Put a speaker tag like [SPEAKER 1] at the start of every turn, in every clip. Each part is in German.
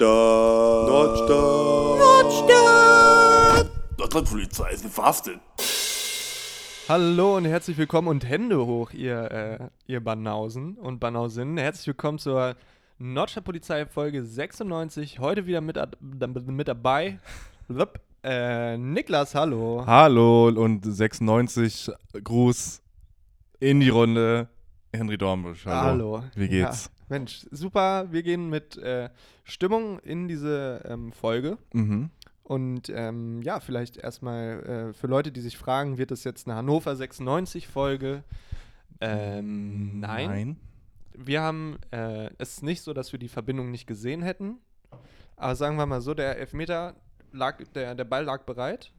[SPEAKER 1] Nordstadt. Nordstadt. Nordstadt. Nordstadtpolizei ist verhaftet.
[SPEAKER 2] Hallo und herzlich willkommen und Hände hoch, ihr, äh, ihr Banausen und Banausinnen. Herzlich willkommen zur Nordstadtpolizei Folge 96. Heute wieder mit, ad- mit dabei. Lup. Äh, Niklas, hallo.
[SPEAKER 3] Hallo und 96 Gruß in die Runde. Henry Dornbusch, hallo. Wie geht's?
[SPEAKER 2] Ja, Mensch, super. Wir gehen mit äh, Stimmung in diese ähm, Folge.
[SPEAKER 3] Mhm.
[SPEAKER 2] Und ähm, ja, vielleicht erstmal äh, für Leute, die sich fragen, wird es jetzt eine Hannover 96 Folge? Ähm, nein. Wir haben, äh, es ist nicht so, dass wir die Verbindung nicht gesehen hätten. Aber sagen wir mal so, der Elfmeter lag, der, der Ball lag bereit.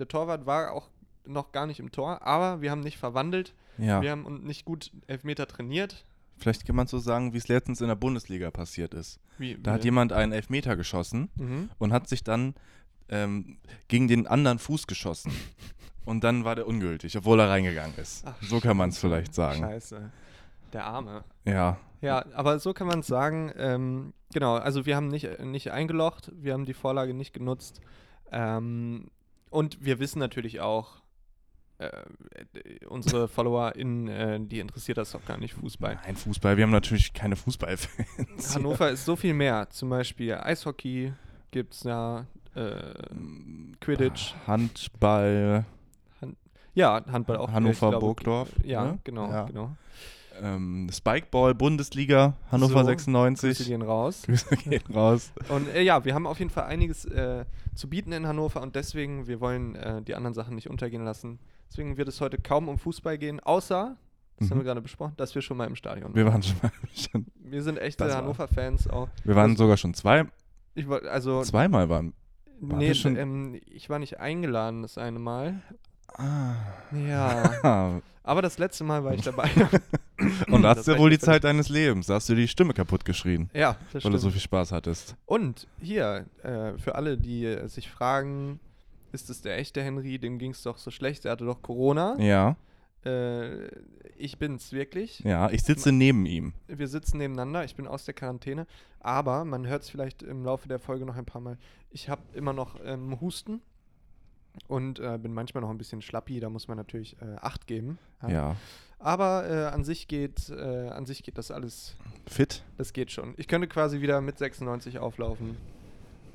[SPEAKER 2] Der Torwart war auch noch gar nicht im Tor, aber wir haben nicht verwandelt.
[SPEAKER 3] Ja,
[SPEAKER 2] Wir haben und nicht gut Elfmeter trainiert.
[SPEAKER 3] vielleicht kann man so sagen, wie es letztens in der Bundesliga passiert ist.
[SPEAKER 2] Wie,
[SPEAKER 3] Da hat
[SPEAKER 2] wie-
[SPEAKER 3] jemand einen Elfmeter geschossen
[SPEAKER 2] Mhm.
[SPEAKER 3] und hat sich dann ähm, gegen den anderen Fuß geschossen. Und dann war der ungültig, obwohl er reingegangen ist.
[SPEAKER 2] Ach,
[SPEAKER 3] so kann man es vielleicht sagen.
[SPEAKER 2] Scheiße. Der Arme.
[SPEAKER 3] Ja.
[SPEAKER 2] Ja, aber so kann man es sagen. Ähm, genau, also wir haben nicht, nicht eingelocht, wir haben die Vorlage nicht genutzt. Ähm, und wir wissen natürlich auch, äh, äh, unsere FollowerInnen, äh, die interessiert das doch gar nicht, Fußball.
[SPEAKER 3] Nein, Fußball. Wir haben natürlich keine Fußballfans.
[SPEAKER 2] Hannover ist so viel mehr. Zum Beispiel Eishockey gibt es da, äh,
[SPEAKER 3] Mm, ah.
[SPEAKER 2] Quidditch.
[SPEAKER 3] Handball.
[SPEAKER 2] Ja, Handball auch.
[SPEAKER 3] Hannover,
[SPEAKER 2] ich glaube,
[SPEAKER 3] Burgdorf,
[SPEAKER 2] Ja,
[SPEAKER 3] ne?
[SPEAKER 2] genau,
[SPEAKER 3] Ja.
[SPEAKER 2] genau.
[SPEAKER 3] ähm, Spikeball Bundesliga Hannover
[SPEAKER 2] So, Grüße
[SPEAKER 3] 96.
[SPEAKER 2] gehen raus.
[SPEAKER 3] Grüße gehen raus.
[SPEAKER 2] Und äh, ja, wir haben auf jeden Fall einiges äh, zu bieten in Hannover und deswegen, wir wollen äh, die anderen Sachen nicht untergehen lassen. Deswegen wird es heute kaum um Fußball gehen, außer, das haben
[SPEAKER 3] Mhm.
[SPEAKER 2] wir gerade besprochen, dass wir schon mal im Stadion
[SPEAKER 3] Wir waren schon mal, schon,
[SPEAKER 2] waren. Wir sind echte
[SPEAKER 3] Das war-
[SPEAKER 2] Hannover-Fans auch.
[SPEAKER 3] wir waren
[SPEAKER 2] Also-
[SPEAKER 3] sogar schon zwei,
[SPEAKER 2] Ich war, also,
[SPEAKER 3] zweimal waren. waren
[SPEAKER 2] nee,
[SPEAKER 3] wir schon-
[SPEAKER 2] ähm, ich war nicht eingeladen das eine Mal.
[SPEAKER 3] Ah.
[SPEAKER 2] Ja, aber das letzte Mal war ich dabei.
[SPEAKER 3] Und da
[SPEAKER 2] Das
[SPEAKER 3] hast
[SPEAKER 2] war
[SPEAKER 3] du wohl die
[SPEAKER 2] echt völlig-
[SPEAKER 3] Zeit deines Lebens, da hast du die Stimme kaputt geschrien,
[SPEAKER 2] ja, das
[SPEAKER 3] weil du so
[SPEAKER 2] stimmt.
[SPEAKER 3] viel Spaß hattest.
[SPEAKER 2] Und hier, äh, für alle, die äh, sich fragen, ist es der echte Henry, dem ging es doch so schlecht, der hatte doch Corona.
[SPEAKER 3] Ja,
[SPEAKER 2] Äh, ich bin's wirklich.
[SPEAKER 3] ja, ich sitze neben ihm.
[SPEAKER 2] Wir sitzen nebeneinander. Ich bin aus der Quarantäne. Aber man hört es vielleicht im Laufe der Folge noch ein paar Mal. Ich habe immer noch ähm, Husten und äh, bin manchmal noch ein bisschen schlappi. Da muss man natürlich äh, Acht geben.
[SPEAKER 3] Ja,
[SPEAKER 2] Aber äh, an sich geht, äh, an sich geht das alles.
[SPEAKER 3] fit.
[SPEAKER 2] Das geht schon. Ich könnte quasi wieder mit 96 auflaufen.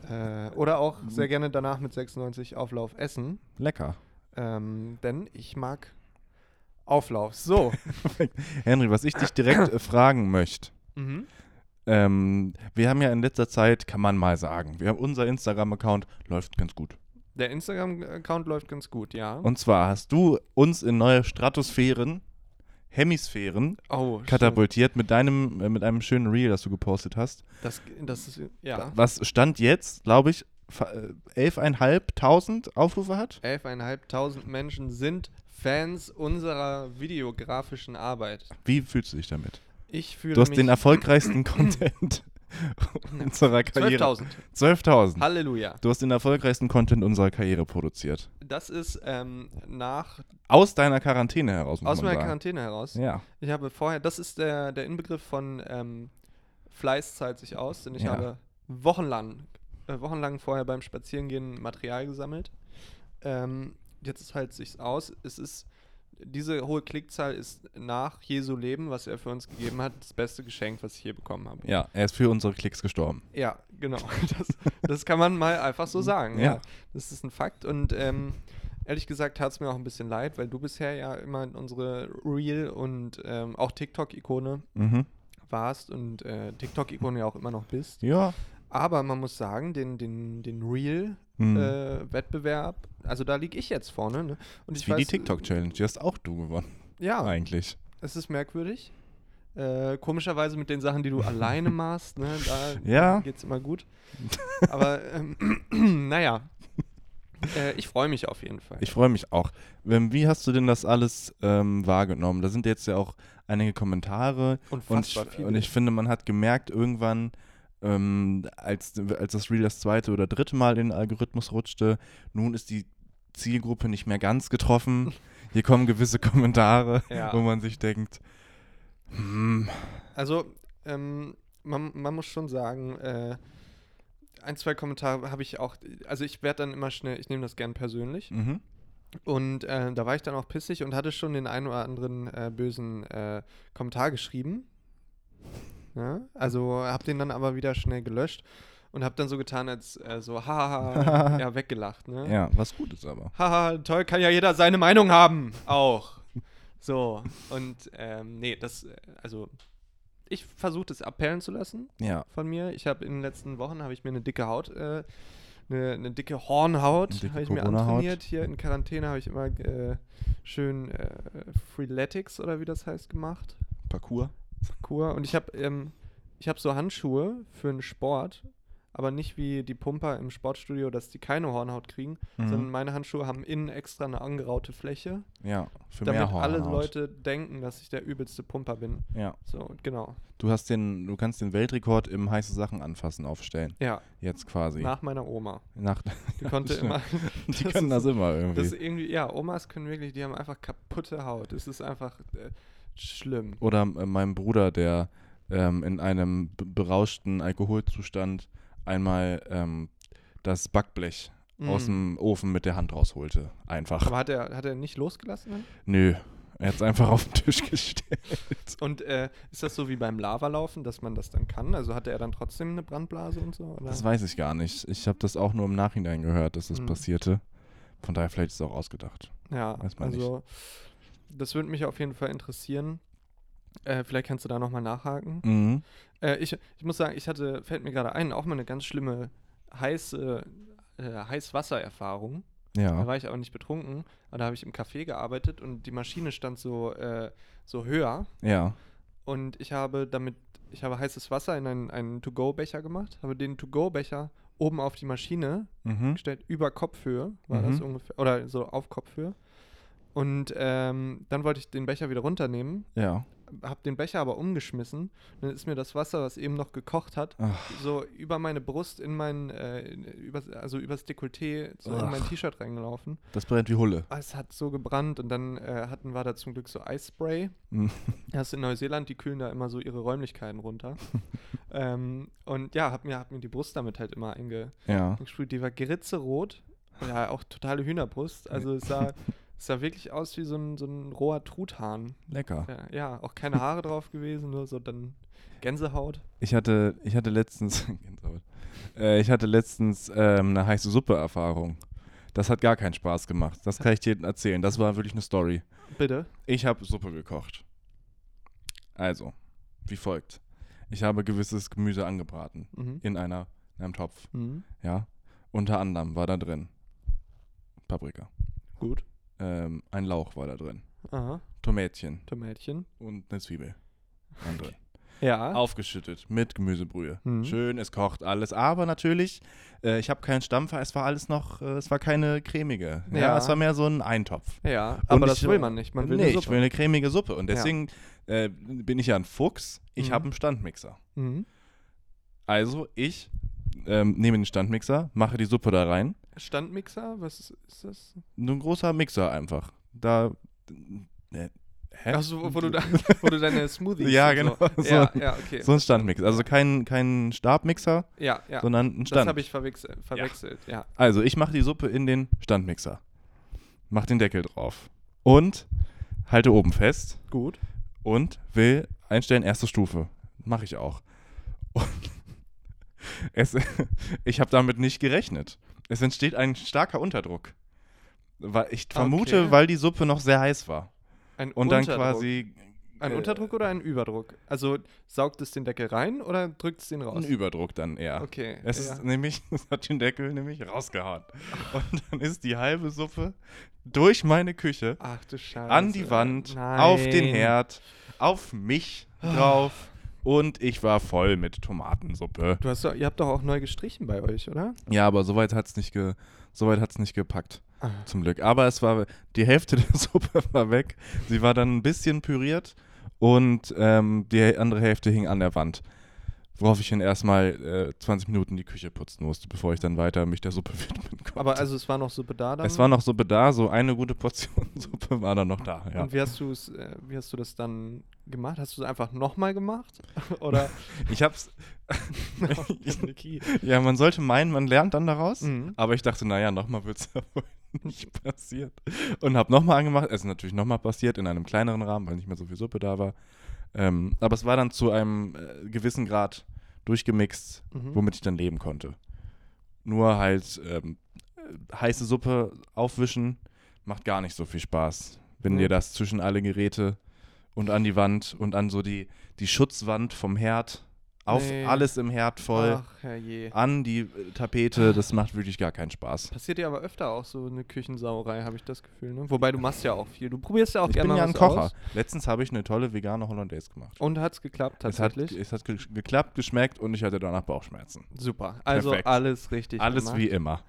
[SPEAKER 2] Äh, oder auch
[SPEAKER 3] Mhm.
[SPEAKER 2] sehr gerne danach mit 96 Auflauf essen.
[SPEAKER 3] Lecker.
[SPEAKER 2] Ähm, denn ich mag Auflauf. So.
[SPEAKER 3] Henry, was ich dich direkt äh, fragen möchte.
[SPEAKER 2] mhm.
[SPEAKER 3] Ähm, wir haben ja in letzter Zeit, kann man mal sagen, wir haben unser Instagram-Account läuft ganz gut.
[SPEAKER 2] Der Instagram-Account läuft ganz gut, ja.
[SPEAKER 3] Und zwar hast du uns in neue Stratosphären, Hemisphären
[SPEAKER 2] oh,
[SPEAKER 3] katapultiert mit deinem, äh, mit einem schönen Reel, das du gepostet hast.
[SPEAKER 2] stimmt. Das, das ist, ja.
[SPEAKER 3] Was stand jetzt, glaube ich, fa- äh, 11.500 Aufrufe hat?
[SPEAKER 2] 11.500 Menschen sind Fans unserer videografischen Arbeit.
[SPEAKER 3] Wie fühlst du dich damit?
[SPEAKER 2] Ich fühle
[SPEAKER 3] Du hast
[SPEAKER 2] mich...
[SPEAKER 3] den erfolgreichsten Content unserer Karriere.
[SPEAKER 2] 12.000.
[SPEAKER 3] 12.000.
[SPEAKER 2] Halleluja.
[SPEAKER 3] Du hast den erfolgreichsten Content unserer Karriere produziert.
[SPEAKER 2] Das ist ähm, nach...
[SPEAKER 3] Aus deiner Quarantäne heraus, muss
[SPEAKER 2] Aus
[SPEAKER 3] man
[SPEAKER 2] meiner
[SPEAKER 3] sagen.
[SPEAKER 2] Quarantäne heraus.
[SPEAKER 3] Ja.
[SPEAKER 2] Ich habe vorher... Das ist der, der Inbegriff von ähm, Fleiß zahlt sich aus, denn ich
[SPEAKER 3] Ja.
[SPEAKER 2] habe wochenlang, äh, wochenlang vorher beim Spazierengehen Material gesammelt. Ähm, jetzt halt sich's aus. Es ist diese hohe Klickzahl ist nach Jesu Leben, was er für uns gegeben hat, das beste Geschenk, was ich hier bekommen habe.
[SPEAKER 3] ja, er ist für unsere Klicks gestorben.
[SPEAKER 2] Ja, genau. Das, das kann man mal einfach so sagen. Ja.
[SPEAKER 3] Mhm. Ja.
[SPEAKER 2] Das ist ein Fakt. Und ähm, ehrlich gesagt tat es mir auch ein bisschen leid, weil du bisher ja immer unsere Reel und ähm, auch TikTok-Ikone
[SPEAKER 3] Mhm.
[SPEAKER 2] warst und äh, TikTok-Ikone ja auch immer noch bist.
[SPEAKER 3] Ja.
[SPEAKER 2] Aber man muss sagen, den, den, den Reel
[SPEAKER 3] Hm.
[SPEAKER 2] äh, Wettbewerb. Also da liege ich jetzt vorne. Ne? Und
[SPEAKER 3] Das
[SPEAKER 2] ich
[SPEAKER 3] ist wie
[SPEAKER 2] weiß,
[SPEAKER 3] die TikTok-Challenge, die hast auch du gewonnen,
[SPEAKER 2] Ja,
[SPEAKER 3] eigentlich.
[SPEAKER 2] es ist merkwürdig. Äh, komischerweise mit den Sachen, die du alleine machst, ne, da
[SPEAKER 3] Ja.
[SPEAKER 2] geht's immer gut. Aber ähm, naja, äh, ich freue mich auf jeden Fall.
[SPEAKER 3] Ich freue mich auch. Ähm, Wie hast du denn das alles ähm, wahrgenommen? Da sind jetzt ja auch einige Kommentare und ich,
[SPEAKER 2] Unfassbar viel.
[SPEAKER 3] und ich finde, man hat gemerkt irgendwann, ähm, als, als das Reel das zweite oder dritte Mal in den Algorithmus rutschte, nun ist die Zielgruppe nicht mehr ganz getroffen. Hier kommen gewisse Kommentare,
[SPEAKER 2] Ja.
[SPEAKER 3] wo man sich denkt, hm,
[SPEAKER 2] also ähm, man, man muss schon sagen, äh, ein, zwei Kommentare habe ich auch, also ich werde dann immer schnell, ich nehme das gern persönlich.
[SPEAKER 3] Mhm.
[SPEAKER 2] Und äh, da war ich dann auch pissig und hatte schon den einen oder anderen äh, bösen äh, Kommentar geschrieben. Ja? Also habe den dann aber wieder schnell gelöscht und habe dann so getan, als äh, so haha, ja, weggelacht. Ne?
[SPEAKER 3] Ja, was gut ist aber.
[SPEAKER 2] Haha, toll, kann ja jeder seine Meinung haben. Auch. So. Und ähm, nee, das, äh, also ich versuche das abperlen zu lassen
[SPEAKER 3] Ja.
[SPEAKER 2] von mir. Ich habe in den letzten Wochen, habe ich mir eine dicke Haut, äh, eine, eine dicke Hornhaut,
[SPEAKER 3] Eine dicke
[SPEAKER 2] habe ich mir
[SPEAKER 3] Corona-Haut.
[SPEAKER 2] antrainiert. Hier in Quarantäne habe ich immer äh, schön äh, Freeletics oder wie das heißt gemacht.
[SPEAKER 3] Parcours.
[SPEAKER 2] Kur. Und ich habe ähm, ich hab so Handschuhe für den Sport, aber nicht wie die Pumper im Sportstudio, dass die keine Hornhaut kriegen,
[SPEAKER 3] Mhm.
[SPEAKER 2] sondern meine Handschuhe haben innen extra eine angeraute Fläche,
[SPEAKER 3] Ja, für
[SPEAKER 2] damit
[SPEAKER 3] mehr Hornhaut.
[SPEAKER 2] alle Leute denken, dass ich der übelste Pumper bin.
[SPEAKER 3] Ja.
[SPEAKER 2] So, genau.
[SPEAKER 3] Du hast den, du kannst den Weltrekord im heiße Sachen anfassen aufstellen.
[SPEAKER 2] Ja,
[SPEAKER 3] Jetzt quasi.
[SPEAKER 2] nach meiner Oma.
[SPEAKER 3] Nach,
[SPEAKER 2] Die konnte immer.
[SPEAKER 3] Die
[SPEAKER 2] das
[SPEAKER 3] können
[SPEAKER 2] ist-
[SPEAKER 3] das immer irgendwie.
[SPEAKER 2] Das ist irgendwie, ja, Omas können wirklich, die haben einfach kaputte Haut. Es ist einfach äh, schlimm.
[SPEAKER 3] Oder äh, meinem Bruder, der ähm, in einem b- berauschten Alkoholzustand einmal ähm, das Backblech aus
[SPEAKER 2] Mm.
[SPEAKER 3] dem Ofen mit der Hand rausholte. Einfach.
[SPEAKER 2] Aber hat er, hat er nicht losgelassen? dann?
[SPEAKER 3] Nö. Er hat es einfach auf den Tisch gestellt.
[SPEAKER 2] Und äh, ist das so wie beim Lavalaufen, dass man das dann kann? Also hatte er dann trotzdem eine Brandblase und so? Oder?
[SPEAKER 3] Das weiß ich gar nicht. Ich habe das auch nur im Nachhinein gehört, dass das
[SPEAKER 2] Mhm.
[SPEAKER 3] passierte. Von daher vielleicht ist es auch ausgedacht.
[SPEAKER 2] ja,
[SPEAKER 3] weiß man
[SPEAKER 2] also das würde mich auf jeden Fall interessieren. Äh, vielleicht kannst du da nochmal nachhaken.
[SPEAKER 3] Mhm.
[SPEAKER 2] Äh, ich, ich muss sagen, ich hatte, fällt mir gerade ein, auch mal eine ganz schlimme heiße äh, Heißwassererfahrung. Da
[SPEAKER 3] Ja.
[SPEAKER 2] war ich aber nicht betrunken, aber da habe ich im Café gearbeitet und die Maschine stand so, äh, so höher
[SPEAKER 3] Ja.
[SPEAKER 2] und ich habe damit, ich habe heißes Wasser in einen, einen To-Go-Becher gemacht, habe den To-Go-Becher oben auf die Maschine
[SPEAKER 3] Mhm.
[SPEAKER 2] gestellt, über Kopfhöhe war das
[SPEAKER 3] Mhm.
[SPEAKER 2] ungefähr, oder so auf Kopfhöhe. Und ähm, dann wollte ich den Becher wieder runternehmen,
[SPEAKER 3] Ja.
[SPEAKER 2] habe den Becher aber umgeschmissen. Dann ist mir das Wasser, was eben noch gekocht hat,
[SPEAKER 3] Ach,
[SPEAKER 2] so über meine Brust in mein, äh, in- übers, also übers Dekolleté, so in mein
[SPEAKER 3] Ach.
[SPEAKER 2] T-Shirt reingelaufen.
[SPEAKER 3] das brennt wie Hulle.
[SPEAKER 2] Ah, Es hat so gebrannt und dann äh, hatten wir da zum Glück so Eisspray.
[SPEAKER 3] Mhm.
[SPEAKER 2] Das in Neuseeland, die kühlen da immer so ihre Räumlichkeiten runter. ähm, und ja, hab mir, hab mir die Brust damit halt immer einge
[SPEAKER 3] Ja.
[SPEAKER 2] gesprüht. Die war gritzerot. Ja, auch totale Hühnerbrust. Also es sah, es sah wirklich aus wie so ein, so ein roher Truthahn.
[SPEAKER 3] Lecker.
[SPEAKER 2] Ja, ja, auch keine Haare drauf gewesen, nur so dann Gänsehaut.
[SPEAKER 3] Ich hatte, ich hatte letztens, Gänsehaut. äh, ich hatte letztens ähm, eine heiße Suppe-Erfahrung. Das hat gar keinen Spaß gemacht. Das kann ich dir erzählen. Das war wirklich eine Story.
[SPEAKER 2] Bitte.
[SPEAKER 3] Ich habe Suppe gekocht. Also, wie folgt. Ich habe gewisses Gemüse angebraten
[SPEAKER 2] Mhm.
[SPEAKER 3] in, einer, in einem Topf.
[SPEAKER 2] Mhm.
[SPEAKER 3] Ja, unter anderem war da drin Paprika.
[SPEAKER 2] Gut.
[SPEAKER 3] Ähm, ein Lauch war da drin.
[SPEAKER 2] Aha,
[SPEAKER 3] Tomätchen
[SPEAKER 2] Tomätchen.
[SPEAKER 3] und eine Zwiebel. waren drin.
[SPEAKER 2] Ja.
[SPEAKER 3] Aufgeschüttet mit Gemüsebrühe.
[SPEAKER 2] Mhm.
[SPEAKER 3] Schön, es kocht alles. Aber natürlich, äh, ich habe keinen Stampfer, es war alles noch, äh, es war keine cremige. Ja.
[SPEAKER 2] Ja.
[SPEAKER 3] es war mehr so ein Eintopf.
[SPEAKER 2] Ja,
[SPEAKER 3] Und
[SPEAKER 2] aber das
[SPEAKER 3] ich-
[SPEAKER 2] will man nicht. Man will
[SPEAKER 3] nee,
[SPEAKER 2] eine
[SPEAKER 3] ich will eine cremige Suppe. Und
[SPEAKER 2] Ja.
[SPEAKER 3] deswegen äh, bin ich ja ein Fuchs. Ich
[SPEAKER 2] Mhm.
[SPEAKER 3] habe einen Standmixer.
[SPEAKER 2] Mhm.
[SPEAKER 3] Also ich ähm, nehme den Standmixer, mache die Suppe da rein.
[SPEAKER 2] Standmixer, was ist, ist das?
[SPEAKER 3] Nur ein großer Mixer einfach. Da. Äh, hä?
[SPEAKER 2] Achso, wo, du da- wo du deine Smoothies
[SPEAKER 3] Ja,
[SPEAKER 2] und
[SPEAKER 3] genau,
[SPEAKER 2] So.
[SPEAKER 3] so.
[SPEAKER 2] Ja, ja, okay.
[SPEAKER 3] So ein Standmix. Also kein, kein Stabmixer,
[SPEAKER 2] ja, ja.
[SPEAKER 3] sondern ein
[SPEAKER 2] das
[SPEAKER 3] Stand.
[SPEAKER 2] habe ich verwechselt. verwechselt. Ja.
[SPEAKER 3] also ich mache die Suppe in den Standmixer. Mach den Deckel drauf. Und halte oben fest
[SPEAKER 2] Gut.
[SPEAKER 3] und will einstellen erste Stufe. Mache ich auch. Und es, ich habe damit nicht gerechnet. Es entsteht ein starker Unterdruck. Weil ich vermute,
[SPEAKER 2] Okay.
[SPEAKER 3] weil die Suppe noch sehr heiß war.
[SPEAKER 2] Ein
[SPEAKER 3] Und
[SPEAKER 2] Unterdruck.
[SPEAKER 3] dann quasi
[SPEAKER 2] Ein
[SPEAKER 3] äh,
[SPEAKER 2] Unterdruck oder ein Überdruck? Also saugt es den Deckel rein oder drückt es den raus?
[SPEAKER 3] Ein Überdruck dann eher.
[SPEAKER 2] Okay.
[SPEAKER 3] Es
[SPEAKER 2] ja.
[SPEAKER 3] ist nämlich, es hat den Deckel nämlich rausgehauen. Und dann ist die halbe Suppe durch meine Küche,
[SPEAKER 2] Ach du Scheiße.
[SPEAKER 3] an die Wand, auf den
[SPEAKER 2] Also, Nein.
[SPEAKER 3] Herd, auf mich drauf. Und ich war voll mit Tomatensuppe.
[SPEAKER 2] Du hast doch, ihr habt doch auch neu gestrichen bei euch, oder?
[SPEAKER 3] Ja, aber soweit hat es nicht, ge, soweit hat's nicht gepackt.
[SPEAKER 2] Ah.
[SPEAKER 3] Zum Glück. Aber es war, die Hälfte der Suppe war weg. Sie war dann ein bisschen püriert und ähm, die andere Hälfte hing an der Wand. woraufhin erstmal äh, 20 Minuten die Küche putzen musste, bevor ich dann weiter mich der Suppe widmen konnte.
[SPEAKER 2] Aber also es war noch Suppe da dann?
[SPEAKER 3] es war noch Suppe da, so eine gute Portion Suppe war dann noch da, ja.
[SPEAKER 2] Und wie hast, du's, äh, wie hast du das dann gemacht? Hast du es einfach nochmal gemacht? Oder?
[SPEAKER 3] Ich hab's,
[SPEAKER 2] Key.
[SPEAKER 3] ja, man sollte meinen, man lernt dann daraus,
[SPEAKER 2] Mhm.
[SPEAKER 3] aber ich dachte, naja, nochmal wird's ja wohl nicht passiert. Und hab nochmal angemacht, es ist natürlich nochmal passiert, in einem kleineren Rahmen, weil nicht mehr so viel Suppe da war. Ähm, aber es war dann zu einem äh, gewissen Grad durchgemixt,
[SPEAKER 2] Mhm.
[SPEAKER 3] womit ich dann leben konnte. Nur halt ähm, äh, heiße Suppe aufwischen macht gar nicht so viel Spaß, wenn
[SPEAKER 2] Mhm.
[SPEAKER 3] dir das zwischen alle Geräte und an die Wand und an so die, die Schutzwand vom Herd auf
[SPEAKER 2] Nee.
[SPEAKER 3] alles im Herd voll
[SPEAKER 2] Ach, herrje.
[SPEAKER 3] an die äh, Tapete, das macht wirklich gar keinen Spaß.
[SPEAKER 2] Passiert dir aber öfter auch so eine Küchensauerei, habe ich das Gefühl. Ne? Wobei du machst ja auch viel. Du probierst ja auch
[SPEAKER 3] Ich
[SPEAKER 2] gerne
[SPEAKER 3] bin ja
[SPEAKER 2] mal
[SPEAKER 3] ein
[SPEAKER 2] was
[SPEAKER 3] Kocher.
[SPEAKER 2] Aus.
[SPEAKER 3] Letztens habe ich eine tolle vegane Hollandaise gemacht.
[SPEAKER 2] Und hat es geklappt
[SPEAKER 3] Es hat,
[SPEAKER 2] tatsächlich?
[SPEAKER 3] es hat ge- geklappt, geschmeckt und ich hatte danach Bauchschmerzen.
[SPEAKER 2] Super. Also
[SPEAKER 3] Perfekt.
[SPEAKER 2] alles richtig.
[SPEAKER 3] Alles
[SPEAKER 2] gemacht.
[SPEAKER 3] wie immer.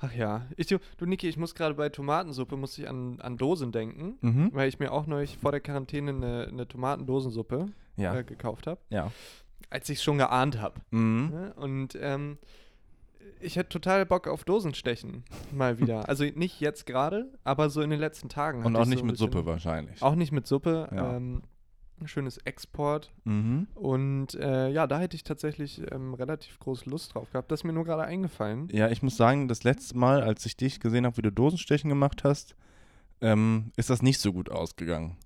[SPEAKER 2] Ach ja. Ich, du, du, Niki, ich muss gerade bei Tomatensuppe muss ich an, an Dosen denken,
[SPEAKER 3] Mhm.
[SPEAKER 2] weil ich mir auch neulich vor der Quarantäne eine, eine Tomatendosensuppe
[SPEAKER 3] Ja.
[SPEAKER 2] äh, gekauft habe,
[SPEAKER 3] ja.
[SPEAKER 2] als ich schon geahnt habe.
[SPEAKER 3] Mhm.
[SPEAKER 2] Ne? Und ähm, ich hätte total Bock auf Dosenstechen mal wieder. also nicht jetzt gerade, aber so in den letzten Tagen.
[SPEAKER 3] Und
[SPEAKER 2] hatte
[SPEAKER 3] auch
[SPEAKER 2] ich
[SPEAKER 3] nicht
[SPEAKER 2] so ein
[SPEAKER 3] mit
[SPEAKER 2] bisschen-
[SPEAKER 3] Suppe wahrscheinlich.
[SPEAKER 2] Auch nicht mit Suppe.
[SPEAKER 3] Ja.
[SPEAKER 2] Ähm, ein schönes Export.
[SPEAKER 3] Mhm.
[SPEAKER 2] Und äh, ja, da hätte ich tatsächlich ähm, relativ große Lust drauf gehabt. Das ist mir nur gerade eingefallen.
[SPEAKER 3] Ja, ich muss sagen, das letzte Mal, als ich dich gesehen habe, wie du Dosenstechen gemacht hast, ähm, ist das nicht so gut ausgegangen.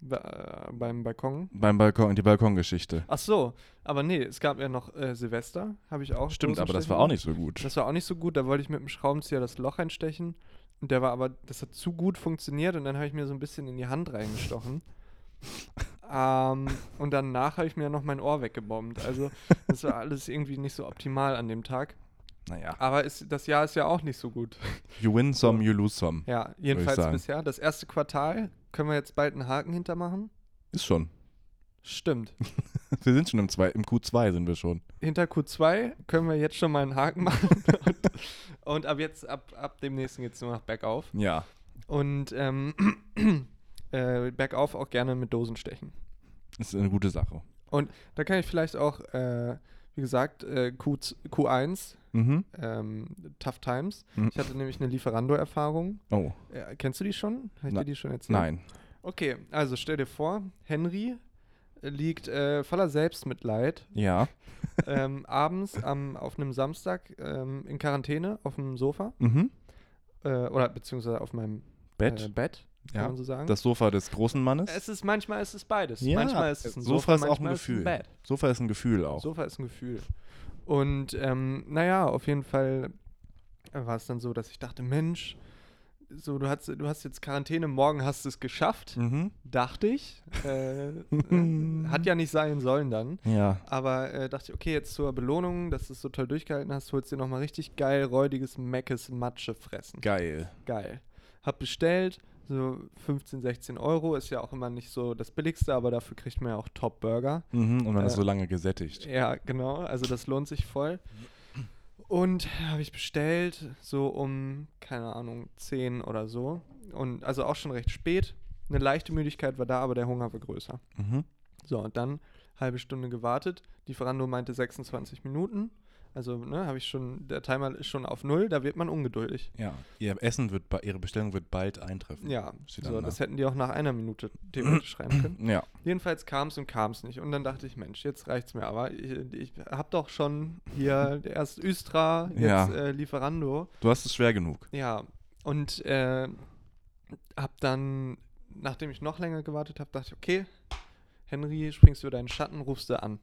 [SPEAKER 2] Ba- äh, beim Balkon.
[SPEAKER 3] Beim Balkon, die Balkongeschichte.
[SPEAKER 2] Ach so, aber nee, es gab ja noch äh, Silvester, habe ich auch.
[SPEAKER 3] Stimmt, aber das
[SPEAKER 2] Dosenstechen
[SPEAKER 3] war auch nicht so gut.
[SPEAKER 2] Das war auch nicht so gut. Da wollte ich mit dem Schraubenzieher das Loch einstechen. Und der war aber, das hat zu gut funktioniert und dann habe ich mir so ein bisschen in die Hand reingestochen. ähm, und danach habe ich mir noch mein Ohr weggebombt. Also, das war alles irgendwie nicht so optimal an dem Tag.
[SPEAKER 3] Naja,
[SPEAKER 2] Aber ist, das Jahr ist ja auch nicht so gut.
[SPEAKER 3] you win some, you lose some.
[SPEAKER 2] Ja,
[SPEAKER 3] sagen.
[SPEAKER 2] jedenfalls bisher. Das erste Quartal können wir jetzt bald einen Haken hintermachen.
[SPEAKER 3] Ist schon.
[SPEAKER 2] Stimmt.
[SPEAKER 3] Wir sind schon im, zwei, im Q2 sind wir schon.
[SPEAKER 2] Hinter Q2 können wir jetzt schon mal einen Haken machen. und, und ab jetzt, ab, ab dem nächsten geht es nur noch bergauf.
[SPEAKER 3] Ja.
[SPEAKER 2] Und ähm, äh, bergauf auch gerne mit Dosen stechen.
[SPEAKER 3] Ist eine gute Sache.
[SPEAKER 2] Und da kann ich vielleicht auch, äh, wie gesagt, äh, Q, Q1,
[SPEAKER 3] Mhm.
[SPEAKER 2] ähm, Tough Times.
[SPEAKER 3] Mhm.
[SPEAKER 2] Ich hatte nämlich eine Lieferando-Erfahrung.
[SPEAKER 3] Oh,
[SPEAKER 2] Äh, kennst du die schon? Habe ich
[SPEAKER 3] Na-
[SPEAKER 2] dir die schon erzählt?
[SPEAKER 3] nein.
[SPEAKER 2] Okay, also stell dir vor, Henry liegt äh, voller Selbstmitleid
[SPEAKER 3] Ja.
[SPEAKER 2] ähm, abends am, auf einem Samstag ähm, in Quarantäne auf dem Sofa
[SPEAKER 3] Mhm.
[SPEAKER 2] äh, oder beziehungsweise auf meinem
[SPEAKER 3] Bett.
[SPEAKER 2] äh, Bett kann
[SPEAKER 3] Ja,
[SPEAKER 2] man so sagen.
[SPEAKER 3] Das Sofa des großen Mannes.
[SPEAKER 2] Es ist manchmal ist es beides.
[SPEAKER 3] Ja,
[SPEAKER 2] manchmal ist es ein
[SPEAKER 3] Sofa
[SPEAKER 2] Sofa,
[SPEAKER 3] ist auch ein
[SPEAKER 2] manchmal ist es
[SPEAKER 3] Gefühl.
[SPEAKER 2] Bett.
[SPEAKER 3] Sofa ist ein Gefühl auch.
[SPEAKER 2] Sofa ist ein Gefühl. Und ähm, naja, auf jeden Fall war es dann so, dass ich dachte, Mensch, so du hast, du hast jetzt Quarantäne, morgen hast du es geschafft,
[SPEAKER 3] Mhm.
[SPEAKER 2] dachte ich. Äh, äh, hat ja nicht sein sollen dann.
[SPEAKER 3] Ja.
[SPEAKER 2] Aber äh, dachte ich, okay, jetzt zur Belohnung, dass du es so toll durchgehalten hast, holst dir nochmal richtig geil räudiges Meckes Matsche fressen.
[SPEAKER 3] Geil.
[SPEAKER 2] geil. Hab bestellt, so 15, 16 Euro, ist ja auch immer nicht so das billigste, aber dafür kriegt man ja auch Top-Burger.
[SPEAKER 3] Mhm. Und man ist
[SPEAKER 2] Äh,
[SPEAKER 3] so lange gesättigt.
[SPEAKER 2] Ja, genau, also das lohnt sich voll. Und habe ich bestellt, so um, keine Ahnung, 10 oder so. Und also auch schon recht spät. Eine leichte Müdigkeit war da, aber der Hunger war größer.
[SPEAKER 3] Mhm.
[SPEAKER 2] So, und dann halbe Stunde gewartet. Lieferando meinte 26 Minuten. Also, ne, habe ich schon, der Timer ist schon auf Null, da wird man ungeduldig.
[SPEAKER 3] Ja, ihr Essen wird, ba- ihre Bestellung wird bald eintreffen.
[SPEAKER 2] Ja,
[SPEAKER 3] Steht
[SPEAKER 2] so,
[SPEAKER 3] dann da.
[SPEAKER 2] das hätten die auch nach einer Minute theoretisch schreiben können.
[SPEAKER 3] Ja.
[SPEAKER 2] Jedenfalls kam es und kam es nicht. Und dann dachte ich, Mensch, jetzt reicht's mir aber. Ich, ich habe doch schon hier erst Östra, jetzt
[SPEAKER 3] Ja.
[SPEAKER 2] äh, Lieferando.
[SPEAKER 3] Du hast es schwer genug.
[SPEAKER 2] Ja, und äh, hab dann, nachdem ich noch länger gewartet habe, dachte ich, okay, Henry, springst du über deinen Schatten, rufst du an.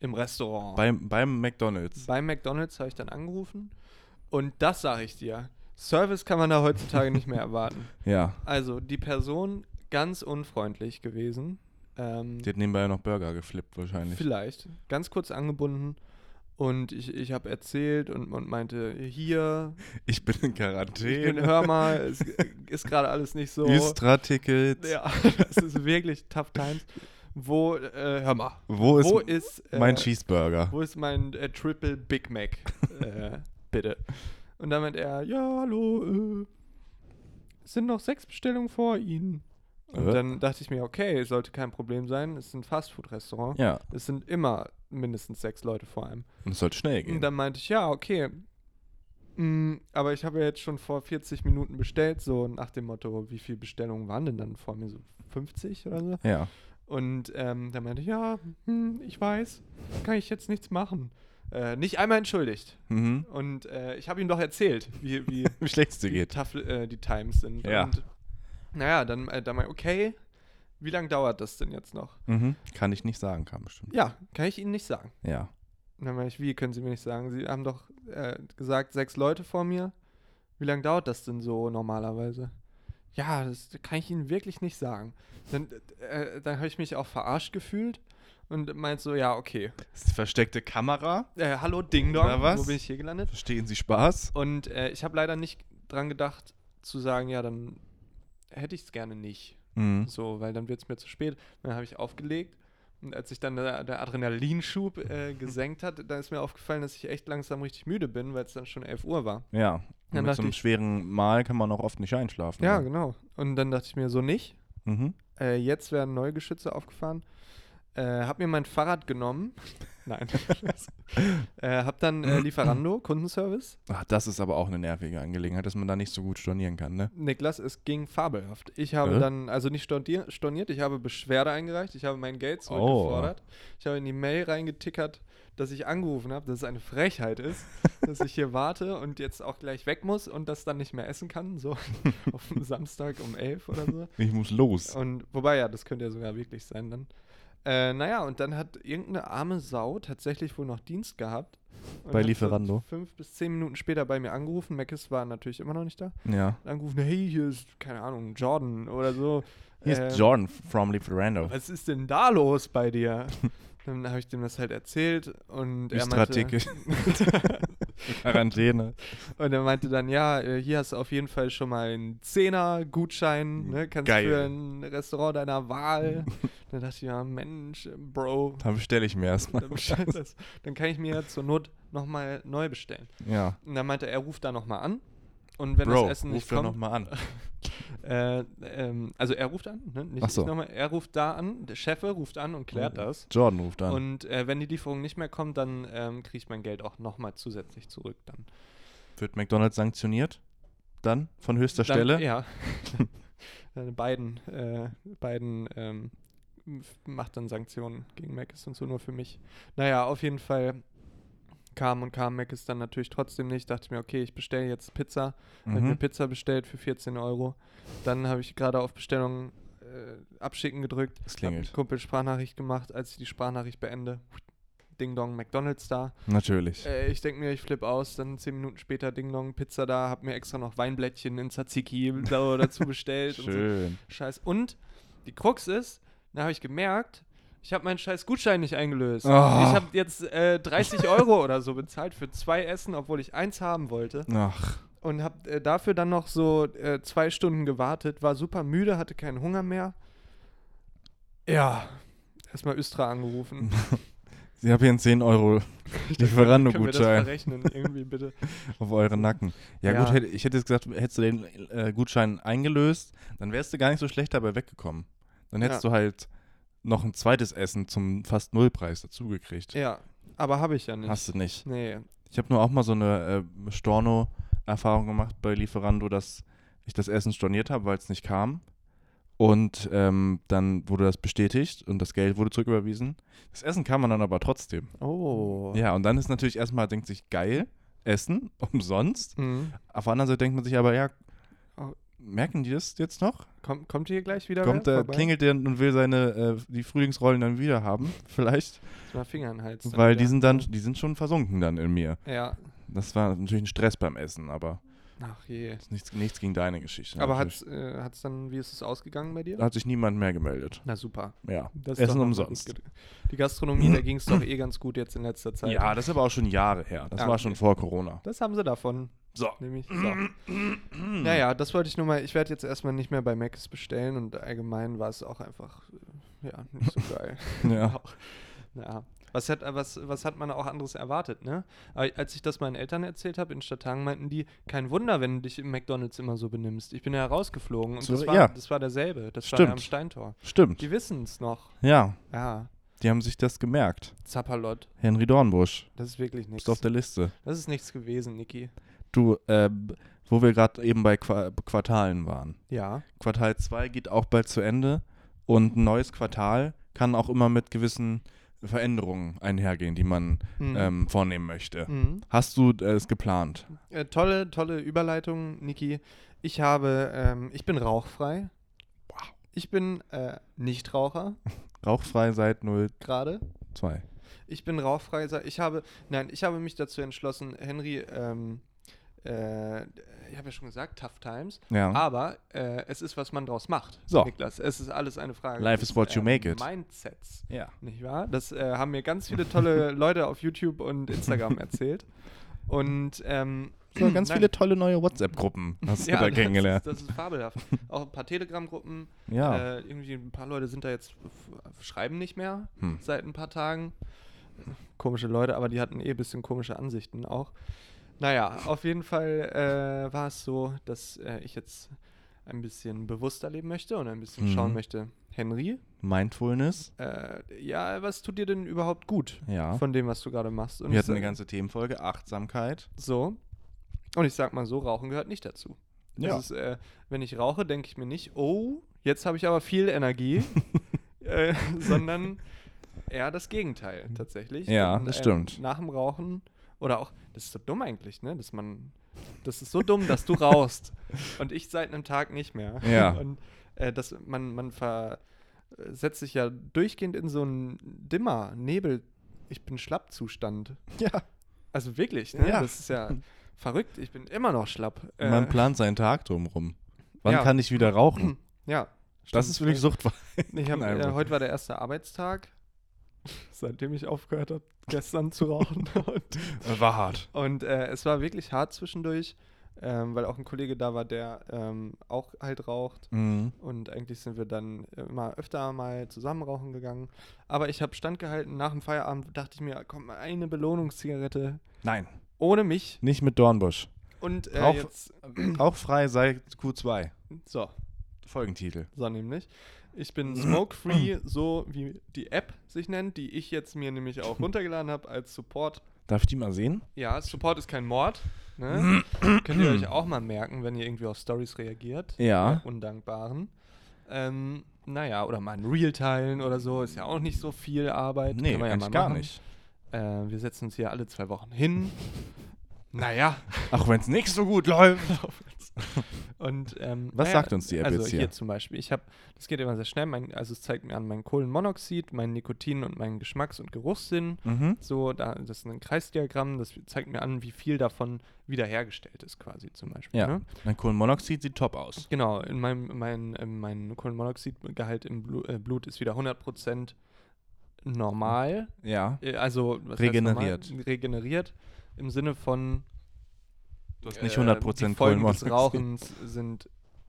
[SPEAKER 2] Im Restaurant.
[SPEAKER 3] Beim, beim McDonalds.
[SPEAKER 2] Bei McDonalds habe ich dann angerufen. Und das sage ich dir. Service kann man da heutzutage nicht mehr erwarten.
[SPEAKER 3] ja.
[SPEAKER 2] Also, die Person ganz unfreundlich gewesen. Ähm,
[SPEAKER 3] Die hat nebenbei noch Burger geflippt wahrscheinlich.
[SPEAKER 2] vielleicht. Ganz kurz angebunden. Und ich, ich habe erzählt und, und meinte, hier,
[SPEAKER 3] Ich bin in
[SPEAKER 2] ich bin,
[SPEAKER 3] Quarantäne.
[SPEAKER 2] hör mal, es ist gerade alles nicht so.
[SPEAKER 3] Östra-Tickets.
[SPEAKER 2] Ja, das ist wirklich tough times. Wo, äh, hör mal,
[SPEAKER 3] Wo ist,
[SPEAKER 2] wo ist, äh,
[SPEAKER 3] mein Cheeseburger?
[SPEAKER 2] wo ist mein äh, Triple Big Mac? äh, bitte. Und dann meint er, ja, hallo, äh, es sind noch sechs Bestellungen vor Ihnen. Und
[SPEAKER 3] Äh?
[SPEAKER 2] dann dachte ich mir, okay, sollte kein Problem sein. Es ist ein Fastfood-Restaurant.
[SPEAKER 3] Ja.
[SPEAKER 2] Es sind immer mindestens sechs Leute vor allem.
[SPEAKER 3] Und es sollte schnell
[SPEAKER 2] Und
[SPEAKER 3] gehen.
[SPEAKER 2] dann meinte ich, ja, okay. Mm, aber ich habe ja jetzt schon vor 40 Minuten bestellt, so nach dem Motto, wie viele Bestellungen waren denn dann vor mir? So 50 oder so?
[SPEAKER 3] Ja.
[SPEAKER 2] Und ähm, dann meinte ich, ja, hm, ich weiß, kann ich jetzt nichts machen. Äh, nicht einmal entschuldigt.
[SPEAKER 3] Mhm.
[SPEAKER 2] Und äh, ich habe ihm doch erzählt, wie, wie,
[SPEAKER 3] Wie schlecht es dir
[SPEAKER 2] wie
[SPEAKER 3] geht.
[SPEAKER 2] tough äh, die Times sind.
[SPEAKER 3] Ja.
[SPEAKER 2] Und naja, dann, äh, dann meinte ich, okay, wie lange dauert das denn jetzt noch?
[SPEAKER 3] Mhm. Kann ich nicht sagen, kam bestimmt.
[SPEAKER 2] Ja, kann ich Ihnen nicht sagen.
[SPEAKER 3] Ja.
[SPEAKER 2] Und dann meine ich, wie können Sie mir nicht sagen? Sie haben doch äh, gesagt, sechs Leute vor mir. Wie lange dauert das denn so normalerweise? Ja, das kann ich Ihnen wirklich nicht sagen. Dann, äh, dann habe ich mich auch verarscht gefühlt und meinte so, ja, okay.
[SPEAKER 3] Ist die versteckte Kamera?
[SPEAKER 2] Äh, hallo Ding Dong,
[SPEAKER 3] Na was?
[SPEAKER 2] wo bin ich hier gelandet?
[SPEAKER 3] Verstehen Sie Spaß?
[SPEAKER 2] Und äh, ich habe leider nicht dran gedacht zu sagen, ja, dann hätte ich es gerne nicht.
[SPEAKER 3] Mhm.
[SPEAKER 2] So, weil dann wird es mir zu spät. Und Dann habe ich aufgelegt. Und als sich dann der, der Adrenalinschub äh, gesenkt hat, dann ist mir aufgefallen, dass ich echt langsam richtig müde bin, weil es dann schon 11 Uhr war.
[SPEAKER 3] Ja. Und
[SPEAKER 2] Dann
[SPEAKER 3] mit
[SPEAKER 2] dachte
[SPEAKER 3] so einem
[SPEAKER 2] ich-
[SPEAKER 3] schweren Mal kann man auch oft nicht einschlafen.
[SPEAKER 2] Ja,
[SPEAKER 3] ne?
[SPEAKER 2] genau. Und dann dachte ich mir, so nicht.
[SPEAKER 3] Mhm.
[SPEAKER 2] Äh, jetzt werden neue Geschütze aufgefahren. Äh, hab mir mein Fahrrad genommen. Nein. äh, hab dann äh, Lieferando, Kundenservice.
[SPEAKER 3] Ach, Ah, das ist aber auch eine nervige Angelegenheit, dass man da nicht so gut stornieren kann, ne?
[SPEAKER 2] Niklas, es ging fabelhaft. Ich habe
[SPEAKER 3] Äh?
[SPEAKER 2] dann, also nicht stornier, storniert, ich habe Beschwerde eingereicht, ich habe mein
[SPEAKER 3] Oh.
[SPEAKER 2] Geld zurückgefordert. Ich habe in die Mail reingetickert, dass ich angerufen habe, dass es eine Frechheit ist, dass ich hier warte und jetzt auch gleich weg muss und das dann nicht mehr essen kann, so auf dem Samstag um 11 oder so.
[SPEAKER 3] Ich muss los.
[SPEAKER 2] Und wobei ja, das könnte ja sogar wirklich sein dann. Äh, naja, und dann hat irgendeine arme Sau tatsächlich wohl noch Dienst gehabt. und
[SPEAKER 3] Bei
[SPEAKER 2] hat so
[SPEAKER 3] Lieferando.
[SPEAKER 2] Fünf bis zehn Minuten später bei mir angerufen. Mackes war natürlich immer noch nicht da
[SPEAKER 3] Ja.
[SPEAKER 2] angerufen, hey, hier ist, keine Ahnung, Jordan oder so.
[SPEAKER 3] Hier
[SPEAKER 2] Ähm,
[SPEAKER 3] ist Jordan from Lieferando.
[SPEAKER 2] Was ist denn da los bei dir? Dann habe ich dem das halt erzählt und
[SPEAKER 3] Die
[SPEAKER 2] er meinte,
[SPEAKER 3] Strategie. Quarantäne.
[SPEAKER 2] und er meinte dann, ja, äh, hier hast du auf jeden Fall schon mal einen Zehner-Gutschein, ne? kannst
[SPEAKER 3] Mhm. Geil.
[SPEAKER 2] für ein Restaurant deiner Wahl. dann dachte ich, ja, Mensch, äh, Bro,
[SPEAKER 3] Dann bestelle ich mir erstmal.
[SPEAKER 2] dann, bestellt das. dann kann ich mir ja zur Not nochmal neu bestellen.
[SPEAKER 3] Ja.
[SPEAKER 2] Und dann meinte er, er ruft da nochmal an und wenn
[SPEAKER 3] Bro,
[SPEAKER 2] das Essen
[SPEAKER 3] ruf
[SPEAKER 2] nicht
[SPEAKER 3] doch
[SPEAKER 2] kommt,
[SPEAKER 3] nochmal an.
[SPEAKER 2] Äh, ähm, also er ruft an, ne? nicht
[SPEAKER 3] Ach so. Mhm.
[SPEAKER 2] ich nochmal. Er ruft da an, der Chef ruft an und klärt das.
[SPEAKER 3] Jordan ruft an.
[SPEAKER 2] Und äh, wenn die Lieferung nicht mehr kommt, dann ähm, kriege ich mein Geld auch nochmal zusätzlich zurück. Dann.
[SPEAKER 3] Wird McDonalds sanktioniert? Dann? Von höchster
[SPEAKER 2] dann,
[SPEAKER 3] Stelle?
[SPEAKER 2] Ja. Dann beiden, äh, beiden ähm, f- macht dann Sanktionen gegen Macis und so nur für mich. Naja, auf jeden Fall kam und kam Macis dann natürlich trotzdem nicht. Dachte ich mir, okay, ich bestelle jetzt Pizza. Hab mir
[SPEAKER 3] Mhm.
[SPEAKER 2] Pizza bestellt für 14 Euro. Dann habe ich gerade auf Bestellung äh, abschicken gedrückt.
[SPEAKER 3] Es
[SPEAKER 2] Hab einem
[SPEAKER 3] klingelt.
[SPEAKER 2] Kumpel Sprachnachricht gemacht. Als ich die Sprachnachricht beende, Ding Dong, McDonalds da.
[SPEAKER 3] Natürlich.
[SPEAKER 2] Äh, ich denke mir, ich flippe aus. Dann 10 Minuten später Ding Dong, Pizza da. Hab mir extra noch Weinblättchen in Tzatziki so dazu bestellt. Und
[SPEAKER 3] Schön.
[SPEAKER 2] so. Scheiß. Und die Krux ist, da habe ich gemerkt, ich habe meinen scheiß Gutschein nicht eingelöst.
[SPEAKER 3] Oh.
[SPEAKER 2] Ich habe jetzt äh, 30 Euro oder so bezahlt für zwei Essen, obwohl ich eins haben wollte
[SPEAKER 3] Ach,
[SPEAKER 2] und hab äh, dafür dann noch so äh, zwei Stunden gewartet, war super müde, hatte keinen Hunger mehr. Ja, erstmal Östra angerufen.
[SPEAKER 3] ich habe hier einen 10 Euro
[SPEAKER 2] Können wir das
[SPEAKER 3] Lieferando-Gutschein
[SPEAKER 2] verrechnen irgendwie bitte?
[SPEAKER 3] auf euren Nacken. Ja,
[SPEAKER 2] Ja.
[SPEAKER 3] gut, hätte, ich hätte jetzt gesagt, hättest du den äh, Gutschein eingelöst, dann wärst du gar nicht so schlecht dabei weggekommen. Dann hättest
[SPEAKER 2] Ja.
[SPEAKER 3] du halt noch ein zweites Essen zum fast Nullpreis dazugekriegt.
[SPEAKER 2] Ja, aber habe ich ja nicht.
[SPEAKER 3] Hast du nicht.
[SPEAKER 2] Nee,
[SPEAKER 3] Ich habe nur auch mal so eine äh, Storno-Erfahrung gemacht bei Lieferando, dass ich das Essen storniert habe, weil es nicht kam. Und ähm, dann wurde das bestätigt und das Geld wurde zurücküberwiesen. Das Essen kam dann aber trotzdem.
[SPEAKER 2] oh.
[SPEAKER 3] Ja, und dann ist natürlich erstmal, denkt sich, geil, Essen, umsonst.
[SPEAKER 2] Mhm.
[SPEAKER 3] Auf der anderen Seite denkt man sich aber, ja,
[SPEAKER 2] Oh.
[SPEAKER 3] merken die das jetzt noch?
[SPEAKER 2] Komm, kommt hier gleich wieder
[SPEAKER 3] Kommt,
[SPEAKER 2] wer
[SPEAKER 3] äh,
[SPEAKER 2] vorbei?
[SPEAKER 3] klingelt der und will seine, äh, die Frühlingsrollen dann wieder haben, vielleicht.
[SPEAKER 2] Muss Mal Finger in den Hals. dann
[SPEAKER 3] Weil
[SPEAKER 2] wieder.
[SPEAKER 3] die sind dann, die sind schon versunken dann in mir.
[SPEAKER 2] Ja,
[SPEAKER 3] Das war natürlich ein Stress beim Essen, aber
[SPEAKER 2] ach je.
[SPEAKER 3] Ist Nichts, nichts gegen deine Geschichte.
[SPEAKER 2] aber
[SPEAKER 3] natürlich.
[SPEAKER 2] hat's, äh, hat's dann, wie ist es ausgegangen bei dir?
[SPEAKER 3] Da hat sich niemand mehr gemeldet.
[SPEAKER 2] Na super.
[SPEAKER 3] Ja.
[SPEAKER 2] Das ist
[SPEAKER 3] Essen
[SPEAKER 2] doch noch mal gut
[SPEAKER 3] umsonst.
[SPEAKER 2] ge- Die Gastronomie, da ging es doch eh ganz gut jetzt in letzter Zeit.
[SPEAKER 3] Ja, das ist aber auch schon Jahre her. Das
[SPEAKER 2] Ah,
[SPEAKER 3] war
[SPEAKER 2] okay.
[SPEAKER 3] schon vor Corona.
[SPEAKER 2] Das haben sie davon.
[SPEAKER 3] So.
[SPEAKER 2] Nämlich. So. naja, das wollte ich nur mal. Ich werde jetzt erstmal nicht mehr bei Macs bestellen und allgemein war es auch einfach, äh, ja, nicht so geil.
[SPEAKER 3] Ja.
[SPEAKER 2] Auch, ja. Was hat, äh, was, was hat man auch anderes erwartet, ne? Aber als ich das meinen Eltern erzählt habe in Stadthagen, meinten die, kein Wunder, wenn du dich im McDonalds immer so benimmst. Ich bin ja rausgeflogen und
[SPEAKER 3] So,
[SPEAKER 2] das, war,
[SPEAKER 3] ja.
[SPEAKER 2] das war derselbe. Das war
[SPEAKER 3] Stimmt.
[SPEAKER 2] der am Steintor.
[SPEAKER 3] Stimmt.
[SPEAKER 2] Die wissen es noch.
[SPEAKER 3] Ja.
[SPEAKER 2] Ja.
[SPEAKER 3] Die haben sich das gemerkt.
[SPEAKER 2] Zapperlott.
[SPEAKER 3] Henry Dornbusch,
[SPEAKER 2] Das ist wirklich nichts.
[SPEAKER 3] bist auf der Liste.
[SPEAKER 2] Das ist nichts gewesen, Niki.
[SPEAKER 3] Du, äh, wo wir gerade eben bei Qua Quartalen waren.
[SPEAKER 2] Ja.
[SPEAKER 3] Quartal 2 geht auch bald zu Ende und ein neues Quartal kann auch immer mit gewissen Veränderungen einhergehen, die man
[SPEAKER 2] Mhm.
[SPEAKER 3] ähm, vornehmen möchte.
[SPEAKER 2] Mhm.
[SPEAKER 3] Hast du äh, es geplant?
[SPEAKER 2] Äh, tolle, tolle Überleitung, Niki. Ich habe, ähm, ich bin rauchfrei. Ich bin äh, Nichtraucher
[SPEAKER 3] Rauchfrei seit 02.
[SPEAKER 2] gerade. Ich bin rauchfrei. sa- Ich habe, nein, ich habe mich dazu entschlossen, Henry, ähm, äh, ich habe ja schon gesagt, Tough Times.
[SPEAKER 3] Ja.
[SPEAKER 2] Aber äh, es ist, was man draus macht,
[SPEAKER 3] So.
[SPEAKER 2] Niklas. Es ist alles eine Frage.
[SPEAKER 3] Life is what you
[SPEAKER 2] äh,
[SPEAKER 3] make it.
[SPEAKER 2] Mindsets.
[SPEAKER 3] ja.
[SPEAKER 2] Nicht wahr? Das äh, haben mir ganz viele tolle Leute auf YouTube und Instagram erzählt. Und ähm,
[SPEAKER 3] So, ganz
[SPEAKER 2] nein.
[SPEAKER 3] viele tolle neue WhatsApp-Gruppen hast du da
[SPEAKER 2] das
[SPEAKER 3] kennengelernt.
[SPEAKER 2] Ist, das ist fabelhaft. Auch ein paar Telegram-Gruppen.
[SPEAKER 3] ja.
[SPEAKER 2] Äh, irgendwie ein paar Leute sind da jetzt, f- schreiben nicht mehr
[SPEAKER 3] Hm.
[SPEAKER 2] seit ein paar Tagen. Komische Leute, aber die hatten eh ein bisschen komische Ansichten auch. Naja, auf jeden Fall äh, war es so, dass äh, ich jetzt ein bisschen bewusster leben möchte und ein bisschen
[SPEAKER 3] Mhm.
[SPEAKER 2] schauen möchte. Henry,
[SPEAKER 3] Mindfulness.
[SPEAKER 2] äh, ja, was tut dir denn überhaupt gut
[SPEAKER 3] Ja.
[SPEAKER 2] von dem, was du gerade machst? Und
[SPEAKER 3] Wir
[SPEAKER 2] ich
[SPEAKER 3] hatten eine
[SPEAKER 2] sag-
[SPEAKER 3] ganze Themenfolge, Achtsamkeit.
[SPEAKER 2] so. Und ich sag mal so, Rauchen gehört nicht dazu.
[SPEAKER 3] Ja.
[SPEAKER 2] Das ist, äh, wenn ich rauche, denke ich mir nicht, oh, jetzt habe ich aber viel Energie, äh, sondern eher das Gegenteil tatsächlich.
[SPEAKER 3] Ja,
[SPEAKER 2] Und,
[SPEAKER 3] das
[SPEAKER 2] äh,
[SPEAKER 3] stimmt.
[SPEAKER 2] Nach dem Rauchen oder auch, das ist so dumm eigentlich, ne, dass man, das ist so dumm, dass du rauchst und ich seit einem Tag nicht mehr.
[SPEAKER 3] Ja.
[SPEAKER 2] Und äh, das, man, man versetzt sich ja durchgehend in so einen Dimmer, Nebel, ich bin Schlappzustand.
[SPEAKER 3] Ja.
[SPEAKER 2] Also wirklich, ne?
[SPEAKER 3] Ja.
[SPEAKER 2] Das ist ja verrückt. Ich bin immer noch schlapp. Äh,
[SPEAKER 3] Man plant seinen Tag drumrum. Wann
[SPEAKER 2] ja.
[SPEAKER 3] kann ich wieder rauchen?
[SPEAKER 2] ja.
[SPEAKER 3] Das
[SPEAKER 2] Stimmt.
[SPEAKER 3] ist wirklich Suchtverhalten.
[SPEAKER 2] Ich hab, äh,
[SPEAKER 3] einfach.
[SPEAKER 2] heute war der erste Arbeitstag, seitdem ich aufgehört habe, gestern zu rauchen. und
[SPEAKER 3] War hart.
[SPEAKER 2] und äh, es war wirklich hart zwischendurch, ähm, weil auch ein Kollege da war, der ähm, auch halt raucht.
[SPEAKER 3] Mhm.
[SPEAKER 2] Und eigentlich sind wir dann immer öfter mal zusammen rauchen gegangen. Aber ich habe standgehalten. Nach dem Feierabend dachte ich mir, komm, eine Belohnungszigarette
[SPEAKER 3] Nein,
[SPEAKER 2] ohne mich.
[SPEAKER 3] nicht mit Dornbusch.
[SPEAKER 2] Und äh,
[SPEAKER 3] Rauch-
[SPEAKER 2] jetzt,
[SPEAKER 3] Rauchfrei seit Q2.
[SPEAKER 2] so,
[SPEAKER 3] Folgentitel.
[SPEAKER 2] So nämlich. Ich bin smoke-free, so wie die App sich nennt, die ich jetzt mir nämlich auch runtergeladen habe als Support.
[SPEAKER 3] Darf ich die mal sehen?
[SPEAKER 2] Ja, Support ist kein Mord. Ne? Könnt ihr euch auch mal merken, wenn ihr irgendwie auf Stories reagiert.
[SPEAKER 3] Ja.
[SPEAKER 2] ihr Undankbaren. Ähm, naja, oder mal ein Reel teilen oder so. Ist ja auch nicht so viel Arbeit.
[SPEAKER 3] Nee,
[SPEAKER 2] Kann man ja
[SPEAKER 3] eigentlich
[SPEAKER 2] mal
[SPEAKER 3] gar
[SPEAKER 2] machen.
[SPEAKER 3] nicht.
[SPEAKER 2] Äh, wir setzen uns hier alle zwei Wochen hin. naja.
[SPEAKER 3] Auch wenn es nicht so gut läuft.
[SPEAKER 2] Und, ähm,
[SPEAKER 3] Was sagt uns die App
[SPEAKER 2] also
[SPEAKER 3] jetzt hier?
[SPEAKER 2] hier zum Beispiel, ich habe, das geht immer sehr schnell, mein, also es zeigt mir an mein Kohlenmonoxid, mein Nikotin und meinen Geschmacks- und Geruchssinn.
[SPEAKER 3] Mhm.
[SPEAKER 2] So, da, das ist ein Kreisdiagramm, das zeigt mir an, wie viel davon wiederhergestellt ist quasi zum Beispiel.
[SPEAKER 3] Ja,
[SPEAKER 2] Ne?
[SPEAKER 3] mein Kohlenmonoxid sieht top aus.
[SPEAKER 2] Genau, in meinem, mein, äh, mein Kohlenmonoxidgehalt im Blu äh, Blut ist wieder 100% normal.
[SPEAKER 3] Ja.
[SPEAKER 2] Äh, also, was heißt
[SPEAKER 3] Regeneriert.
[SPEAKER 2] Normal? Regeneriert im Sinne von
[SPEAKER 3] Du hast nicht 100%
[SPEAKER 2] äh, die Folgen des
[SPEAKER 3] Kohlenmonoxid.
[SPEAKER 2] Rauchens sind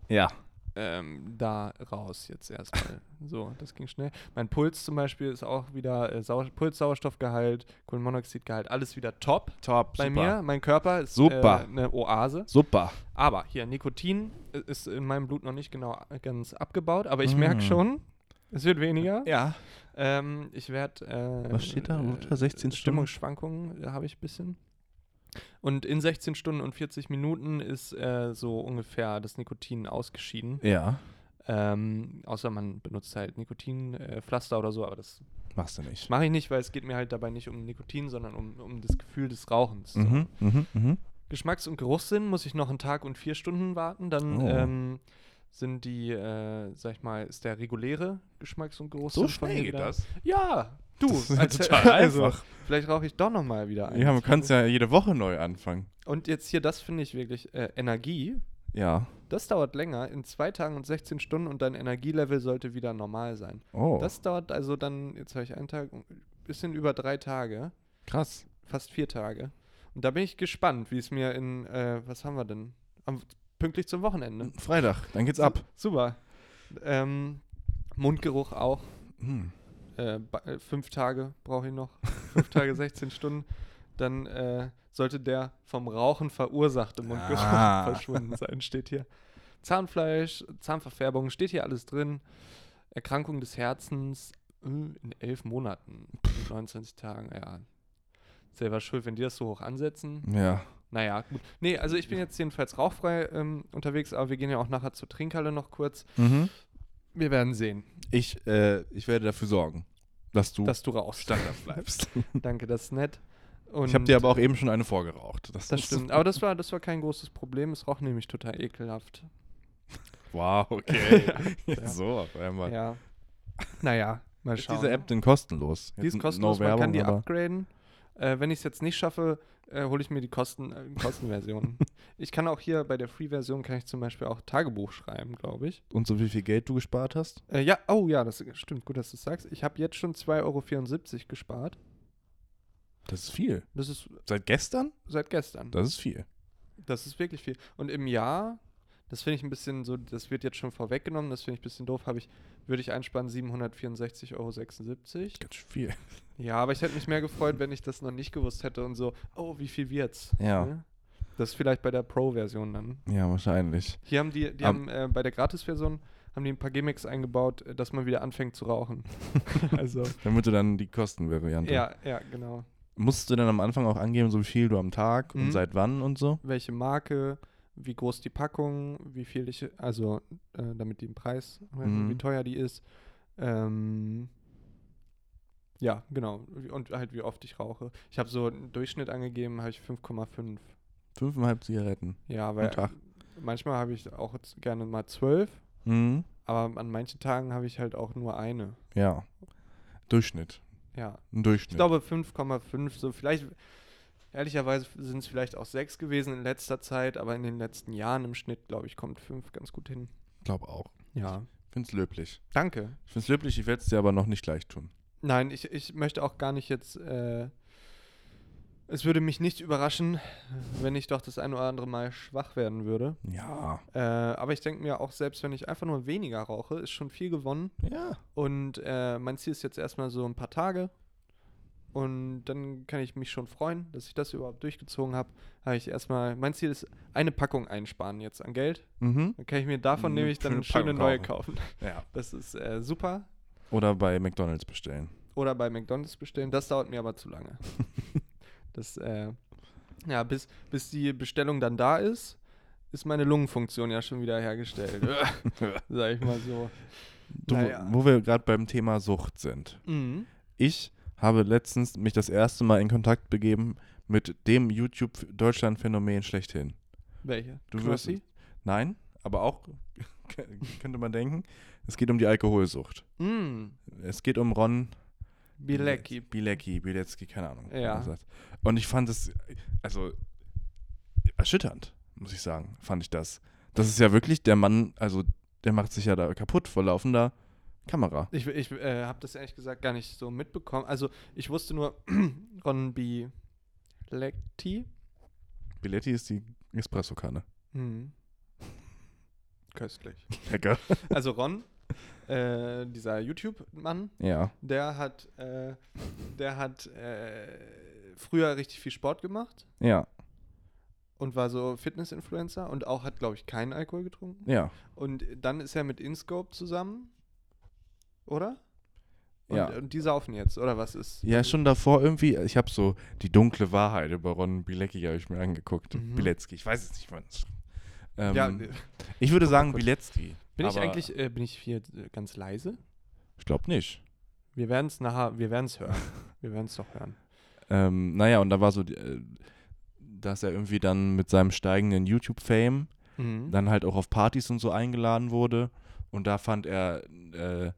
[SPEAKER 3] Ja.
[SPEAKER 2] ähm, da raus jetzt erstmal. so, das ging schnell. Mein Puls zum Beispiel ist auch wieder äh, Sau Puls, Sauerstoffgehalt, Kohlenmonoxidgehalt, alles wieder top
[SPEAKER 3] Top.
[SPEAKER 2] bei
[SPEAKER 3] super.
[SPEAKER 2] mir. Mein Körper ist
[SPEAKER 3] Super.
[SPEAKER 2] Äh, eine Oase.
[SPEAKER 3] Super.
[SPEAKER 2] Aber hier, Nikotin i- ist in meinem Blut noch nicht genau a- ganz abgebaut, aber ich
[SPEAKER 3] Mm.
[SPEAKER 2] merke schon, es wird weniger.
[SPEAKER 3] Ja.
[SPEAKER 2] Ähm, ich werde. Äh,
[SPEAKER 3] Was steht da? Ungefähr 16 Stunden?
[SPEAKER 2] Stimmungsschwankungen äh, habe ich ein bisschen. Und in 16 Stunden und 40 Minuten ist äh, so ungefähr das Nikotin ausgeschieden.
[SPEAKER 3] Ja.
[SPEAKER 2] Ähm, außer man benutzt halt Nikotinpflaster äh, Pflaster oder so, aber das
[SPEAKER 3] Machst du nicht.
[SPEAKER 2] mache ich nicht, weil es geht mir halt dabei nicht um Nikotin, sondern um, um das Gefühl des Rauchens. So.
[SPEAKER 3] Mhm, mhm, mhm.
[SPEAKER 2] Geschmacks- und Geruchssinn muss ich noch einen Tag und vier Stunden warten. Dann
[SPEAKER 3] Oh.
[SPEAKER 2] ähm, sind die, äh, sag ich mal, ist der reguläre Geschmacks- und Geruchssinn.
[SPEAKER 3] So
[SPEAKER 2] von mir
[SPEAKER 3] schnell geht
[SPEAKER 2] wieder-
[SPEAKER 3] das.
[SPEAKER 2] Ja, du.
[SPEAKER 3] Das ist ja
[SPEAKER 2] als-
[SPEAKER 3] total
[SPEAKER 2] also,
[SPEAKER 3] einfach.
[SPEAKER 2] Vielleicht rauche ich doch nochmal wieder ein.
[SPEAKER 3] Ja, man kann es ja
[SPEAKER 2] also.
[SPEAKER 3] jede Woche neu anfangen.
[SPEAKER 2] Und jetzt hier, das finde ich wirklich äh, Energie.
[SPEAKER 3] Ja.
[SPEAKER 2] Das dauert länger, in zwei Tagen und 16 Stunden und dein Energielevel sollte wieder normal sein.
[SPEAKER 3] Oh,
[SPEAKER 2] Das dauert also dann, jetzt habe ich einen Tag, ein bisschen über drei Tage,
[SPEAKER 3] krass.
[SPEAKER 2] fast vier Tage. Und da bin ich gespannt, wie es mir in, äh, was haben wir denn? Am, pünktlich zum Wochenende.
[SPEAKER 3] Freitag, dann geht's ab.
[SPEAKER 2] Su- Super. Ähm, Mundgeruch auch.
[SPEAKER 3] Hm.
[SPEAKER 2] Äh, ba- äh, fünf Tage brauche ich noch. Fünf Tage, 16 Stunden. Dann äh, sollte der vom Rauchen verursachte Mundgeruch
[SPEAKER 3] Ah.
[SPEAKER 2] verschwunden sein, steht hier. Zahnfleisch, Zahnverfärbung, steht hier alles drin. Erkrankung des Herzens, äh, in elf Monaten, 29 Tagen, ja. Selber schuld, wenn die das so hoch ansetzen.
[SPEAKER 3] Hm, Ja.
[SPEAKER 2] Naja, gut. Nee, also ich bin jetzt jedenfalls rauchfrei ähm, unterwegs, aber wir gehen ja auch nachher zur Trinkhalle noch kurz.
[SPEAKER 3] Mhm.
[SPEAKER 2] Wir werden sehen,
[SPEAKER 3] Ich, äh, ich werde dafür sorgen, dass du
[SPEAKER 2] dass du rauchst.
[SPEAKER 3] standhaft bleibst.
[SPEAKER 2] Danke, das ist nett. Und
[SPEAKER 3] ich habe dir aber auch eben schon eine vorgeraucht. Das,
[SPEAKER 2] Das
[SPEAKER 3] ist-
[SPEAKER 2] stimmt. Aber das war, das war kein großes Problem. Es roch nämlich total ekelhaft.
[SPEAKER 3] Wow, okay.
[SPEAKER 2] Ja.
[SPEAKER 3] So, auf einmal.
[SPEAKER 2] Ja. Naja, mal
[SPEAKER 3] Ist
[SPEAKER 2] schauen. ne?
[SPEAKER 3] diese App denn kostenlos?
[SPEAKER 2] Die ist
[SPEAKER 3] Jetzt
[SPEAKER 2] kostenlos,
[SPEAKER 3] no
[SPEAKER 2] man kann
[SPEAKER 3] Werbung,
[SPEAKER 2] die
[SPEAKER 3] aber-
[SPEAKER 2] upgraden. Äh, wenn ich es jetzt nicht schaffe, äh, hole ich mir die Kosten, äh, Kostenversion. ich kann auch hier bei der Free-Version kann ich zum Beispiel auch Tagebuch schreiben, glaube ich.
[SPEAKER 3] Und so wie viel Geld du gespart hast?
[SPEAKER 2] Äh, ja, oh ja, das stimmt, gut, dass du es sagst. Ich habe jetzt schon 2,74 Euro gespart.
[SPEAKER 3] Das ist viel.
[SPEAKER 2] Das ist
[SPEAKER 3] Seit gestern?
[SPEAKER 2] seit gestern.
[SPEAKER 3] Das ist viel.
[SPEAKER 2] Das ist wirklich viel. Und im Jahr, das finde ich ein bisschen so, das wird jetzt schon vorweggenommen, das finde ich ein bisschen doof, habe ich, würde ich einsparen 764,76 Euro.
[SPEAKER 3] Ganz schön viel.
[SPEAKER 2] Ja, aber ich hätte mich mehr gefreut, wenn ich das noch nicht gewusst hätte und so, oh, wie viel wird's?
[SPEAKER 3] Ja.
[SPEAKER 2] Ne? Das ist vielleicht bei der Pro-Version dann.
[SPEAKER 3] Ja, wahrscheinlich.
[SPEAKER 2] Hier haben die, die
[SPEAKER 3] Am-
[SPEAKER 2] haben äh, bei der Gratis-Version haben die ein paar Gimmicks eingebaut, äh, dass man wieder anfängt zu rauchen. also.
[SPEAKER 3] Damit du dann die Kostenvariante.
[SPEAKER 2] Ja, ja, genau.
[SPEAKER 3] Musst du dann am Anfang auch angeben, so wie viel du am Tag
[SPEAKER 2] Mhm.
[SPEAKER 3] und seit wann und so?
[SPEAKER 2] Welche Marke, wie groß die Packung, wie viel ich, also äh, damit die im Preis, äh,
[SPEAKER 3] Mhm.
[SPEAKER 2] wie teuer die ist. Ähm, ja, genau. Und halt, wie oft ich rauche. Ich habe so einen Durchschnitt angegeben, habe ich 5,5.
[SPEAKER 3] Fünfeinhalb Zigaretten
[SPEAKER 2] Ja,
[SPEAKER 3] am
[SPEAKER 2] weil
[SPEAKER 3] Tag.
[SPEAKER 2] Manchmal habe ich auch z- gerne mal zwölf,
[SPEAKER 3] Mhm.
[SPEAKER 2] aber an manchen Tagen habe ich halt auch nur eine.
[SPEAKER 3] Ja. Durchschnitt.
[SPEAKER 2] Ja.
[SPEAKER 3] Ein
[SPEAKER 2] Ich
[SPEAKER 3] Durchschnitt.
[SPEAKER 2] glaube 5,5, so vielleicht, ehrlicherweise sind es vielleicht auch sechs gewesen in letzter Zeit, aber in den letzten Jahren im Schnitt, glaube ich, kommt fünf ganz gut hin.
[SPEAKER 3] Glaub auch.
[SPEAKER 2] Ja.
[SPEAKER 3] Find's löblich.
[SPEAKER 2] Danke.
[SPEAKER 3] Ich find's löblich, ich werde es dir aber noch nicht gleich tun.
[SPEAKER 2] Nein, ich, ich möchte auch gar nicht jetzt, äh, es würde mich nicht überraschen, wenn ich doch das ein oder andere Mal schwach werden würde.
[SPEAKER 3] Ja.
[SPEAKER 2] Äh, aber ich denke mir auch, selbst wenn ich einfach nur weniger rauche, ist schon viel gewonnen.
[SPEAKER 3] Ja.
[SPEAKER 2] Und äh, mein Ziel ist jetzt erstmal so ein paar Tage. Und dann kann ich mich schon freuen, dass ich das überhaupt durchgezogen habe. Habe ich erstmal, mein Ziel ist, eine Packung einsparen jetzt an Geld.
[SPEAKER 3] Mhm.
[SPEAKER 2] Dann kann ich mir davon
[SPEAKER 3] Mhm,
[SPEAKER 2] nämlich dann Hm, eine
[SPEAKER 3] schöne
[SPEAKER 2] schöne
[SPEAKER 3] Packung
[SPEAKER 2] neue kaufen.
[SPEAKER 3] Ja.
[SPEAKER 2] Das ist äh, super.
[SPEAKER 3] Oder bei McDonalds bestellen.
[SPEAKER 2] Oder bei McDonalds bestellen. Das dauert mir aber zu lange. das, äh, ja, bis, bis die Bestellung dann da ist, ist meine Lungenfunktion ja schon wieder hergestellt. Sag ich mal so.
[SPEAKER 3] Du,
[SPEAKER 2] Naja.
[SPEAKER 3] Wo wir gerade beim Thema Sucht sind.
[SPEAKER 2] Mhm.
[SPEAKER 3] Ich habe letztens mich das erste Mal in Kontakt begeben mit dem YouTube-Deutschland-Phänomen schlechthin.
[SPEAKER 2] Welche?
[SPEAKER 3] Du wirst-
[SPEAKER 2] Knossi?
[SPEAKER 3] Nein, aber auch könnte man denken, es geht um die Alkoholsucht.
[SPEAKER 2] Mhm.
[SPEAKER 3] Es geht um Ron
[SPEAKER 2] Bilecki.
[SPEAKER 3] Bilecki, Bilecki, keine Ahnung. wie
[SPEAKER 2] Ja.
[SPEAKER 3] man sagt. Und ich fand es, also erschütternd, muss ich sagen, fand ich das. Das ist ja wirklich der Mann, also der macht sich ja da kaputt vor laufender Kamera.
[SPEAKER 2] Ich, ich äh, habe das ehrlich gesagt gar nicht so mitbekommen. Also ich wusste nur Ron B. Lecti.
[SPEAKER 3] Biletti ist die Espressokanne. Mhm.
[SPEAKER 2] Hm. Köstlich.
[SPEAKER 3] Lecker.
[SPEAKER 2] Also Ron, äh, dieser YouTube-Mann,
[SPEAKER 3] Ja.
[SPEAKER 2] der hat, äh, der hat äh, früher richtig viel Sport gemacht
[SPEAKER 3] Ja,
[SPEAKER 2] und war so Fitness-Influencer und auch hat, glaube ich, keinen Alkohol getrunken.
[SPEAKER 3] ja.
[SPEAKER 2] Und dann ist er mit InScope zusammen, oder? Und,
[SPEAKER 3] Ja.
[SPEAKER 2] und die saufen jetzt, oder was ist?
[SPEAKER 3] Ja, schon davor irgendwie, ich habe so die dunkle Wahrheit über Ron Bilecki habe ich mir angeguckt.
[SPEAKER 2] Mhm.
[SPEAKER 3] Bilecki, ich weiß es nicht, wann. es- Ähm,
[SPEAKER 2] Ja,
[SPEAKER 3] ich würde sagen
[SPEAKER 2] Gott.
[SPEAKER 3] Bilecki.
[SPEAKER 2] Bin ich
[SPEAKER 3] aber
[SPEAKER 2] eigentlich, äh, bin ich hier äh, ganz leise?
[SPEAKER 3] Ich glaube nicht.
[SPEAKER 2] Wir werden es nachher, wir werden es hören. wir werden es doch hören.
[SPEAKER 3] Ähm, naja, und da war so, die, äh, dass er irgendwie dann mit seinem steigenden YouTube-Fame
[SPEAKER 2] Mhm.
[SPEAKER 3] dann halt auch auf Partys und so eingeladen wurde. Und da fand er äh,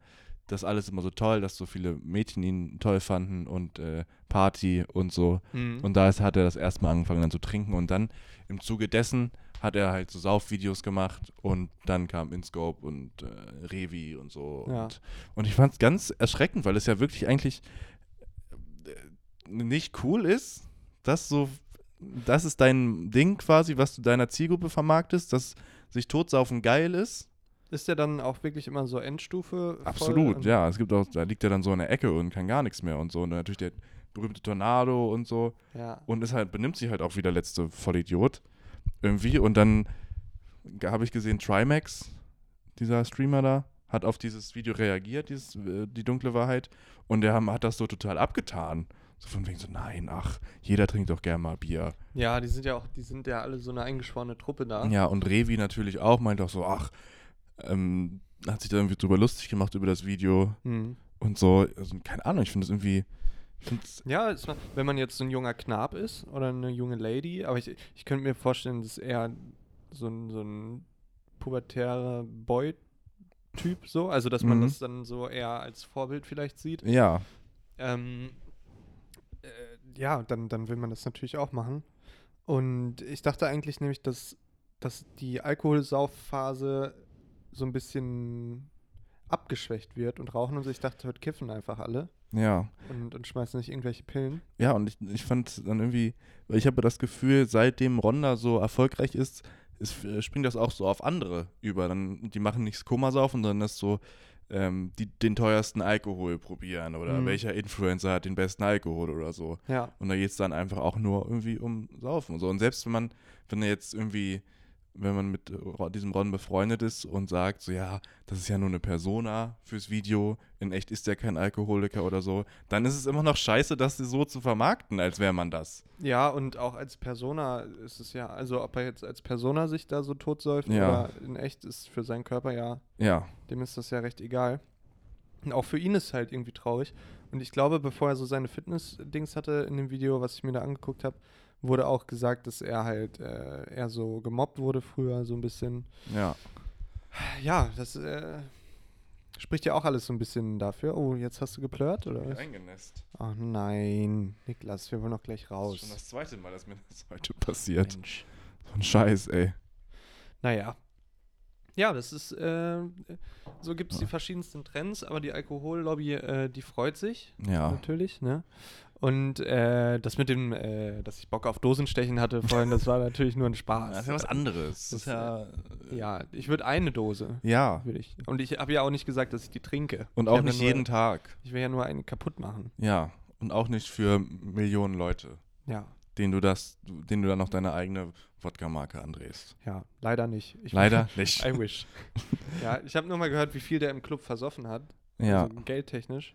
[SPEAKER 3] das alles immer so toll, dass so viele Mädchen ihn toll fanden und äh, Party und so.
[SPEAKER 2] Mhm.
[SPEAKER 3] Und da ist, hat er das erstmal angefangen dann zu trinken und dann im Zuge dessen hat er halt so Saufvideos gemacht und dann kam InScope und äh, Revi und so.
[SPEAKER 2] Ja.
[SPEAKER 3] Und, und ich fand es ganz erschreckend, weil es ja wirklich eigentlich äh, nicht cool ist, dass so, das ist dein Ding quasi, was du deiner Zielgruppe vermarktest, dass sich totsaufen geil ist.
[SPEAKER 2] ist der dann auch wirklich immer so Endstufe? voll ähm.
[SPEAKER 3] Absolut,
[SPEAKER 2] und-
[SPEAKER 3] ja. Es gibt auch, da liegt er dann so in der Ecke und kann gar nichts mehr und so. Und dann natürlich der berühmte Tornado und so.
[SPEAKER 2] ja.
[SPEAKER 3] Und ist halt, benimmt sich halt auch wie der letzte Vollidiot. Irgendwie. Und dann habe ich gesehen, Trimax, dieser Streamer da, hat auf dieses Video reagiert, dieses, äh, die dunkle Wahrheit, und der haben, hat das so total abgetan. So von wegen so, nein, ach, jeder trinkt doch gern mal Bier.
[SPEAKER 2] Ja, die sind ja auch, die sind ja alle so eine eingeschworene Truppe da.
[SPEAKER 3] Ja, und Revi natürlich auch, meint auch so, ach, ähm, hat sich da irgendwie drüber lustig gemacht über das Video
[SPEAKER 2] Mhm.
[SPEAKER 3] und so. Also, keine Ahnung, ich finde es irgendwie, ich find's,
[SPEAKER 2] Ja, ist, mal- wenn man jetzt so ein junger Knab ist oder eine junge Lady, aber ich, ich könnte mir vorstellen, dass eher so ein, so ein pubertärer Boy-Typ so, also dass man
[SPEAKER 3] Mhm.
[SPEAKER 2] das dann so eher als Vorbild vielleicht sieht.
[SPEAKER 3] ja,
[SPEAKER 2] Ähm, äh, ja, dann, dann will man das natürlich auch machen. Und ich dachte eigentlich nämlich, dass, dass die Alkoholsaufphase so ein bisschen abgeschwächt wird und rauchen und so. Ich dachte, heute kiffen einfach alle
[SPEAKER 3] ja.
[SPEAKER 2] und, und schmeißen nicht irgendwelche Pillen.
[SPEAKER 3] Ja, und ich, ich fand dann irgendwie, weil ich habe das Gefühl, seitdem Ronda so erfolgreich ist, es äh, springt das auch so auf andere über. Dann, die machen nichts Komasaufen, sondern das so ähm, die, den teuersten Alkohol probieren oder
[SPEAKER 2] Mhm.
[SPEAKER 3] welcher Influencer hat den besten Alkohol oder so.
[SPEAKER 2] Ja.
[SPEAKER 3] Und da geht es dann einfach auch nur irgendwie um Saufen und so. Und selbst wenn man, wenn er jetzt irgendwie, wenn man mit äh, Ro- diesem Ron befreundet ist und sagt, so ja, das ist ja nur eine Persona fürs Video, in echt ist der kein Alkoholiker oder so, dann ist es immer noch scheiße, das so zu vermarkten, als wäre man das.
[SPEAKER 2] Ja, und auch als Persona ist es ja, also ob er jetzt als Persona sich da so totsäuft
[SPEAKER 3] Ja.
[SPEAKER 2] oder in echt ist für seinen Körper ja,
[SPEAKER 3] Ja,
[SPEAKER 2] dem ist das ja recht egal. Und auch für ihn ist halt irgendwie traurig. Und ich glaube, bevor er so seine Fitness-Dings hatte in dem Video, was ich mir da angeguckt habe, wurde auch gesagt, dass er halt äh, eher so gemobbt wurde früher, so ein bisschen.
[SPEAKER 3] ja.
[SPEAKER 2] Ja, das äh, spricht ja auch alles so ein bisschen dafür. Oh, jetzt hast du geplört, oder was?
[SPEAKER 3] Eingenässt.
[SPEAKER 2] Ach nein, Niklas, wir wollen doch gleich
[SPEAKER 3] Das ist schon
[SPEAKER 2] raus.
[SPEAKER 3] das zweite Mal, dass mir das heute passiert.
[SPEAKER 2] Mensch.
[SPEAKER 3] So ein Scheiß, ey.
[SPEAKER 2] Naja. Ja, das ist, äh, so gibt es die
[SPEAKER 3] Ja.
[SPEAKER 2] verschiedensten Trends, aber die Alkohollobby, äh, die freut sich
[SPEAKER 3] Ja.
[SPEAKER 2] natürlich, ne? Und äh, das mit dem, äh, dass ich Bock auf Dosenstechen hatte vorhin, das war natürlich nur ein Spaß.
[SPEAKER 3] Das ist ja was anderes.
[SPEAKER 2] Das ist
[SPEAKER 3] ja.
[SPEAKER 2] Ja, ich würde eine Dose,
[SPEAKER 3] Ja.
[SPEAKER 2] würde ich. Und ich habe ja auch nicht gesagt, dass ich die trinke.
[SPEAKER 3] Und
[SPEAKER 2] Ich
[SPEAKER 3] auch
[SPEAKER 2] hab ja
[SPEAKER 3] nicht
[SPEAKER 2] nur,
[SPEAKER 3] jeden Tag.
[SPEAKER 2] Ich will ja nur eine kaputt machen.
[SPEAKER 3] Ja. Und auch nicht für Millionen Leute.
[SPEAKER 2] Ja,
[SPEAKER 3] den du das, den du dann noch deine eigene Wodka-Marke andrehst.
[SPEAKER 2] ja, leider nicht. Ich-
[SPEAKER 3] Leider nicht.
[SPEAKER 2] I wish. ja, ich habe nur mal gehört, wie viel der im Club versoffen hat.
[SPEAKER 3] ja,
[SPEAKER 2] Also geldtechnisch.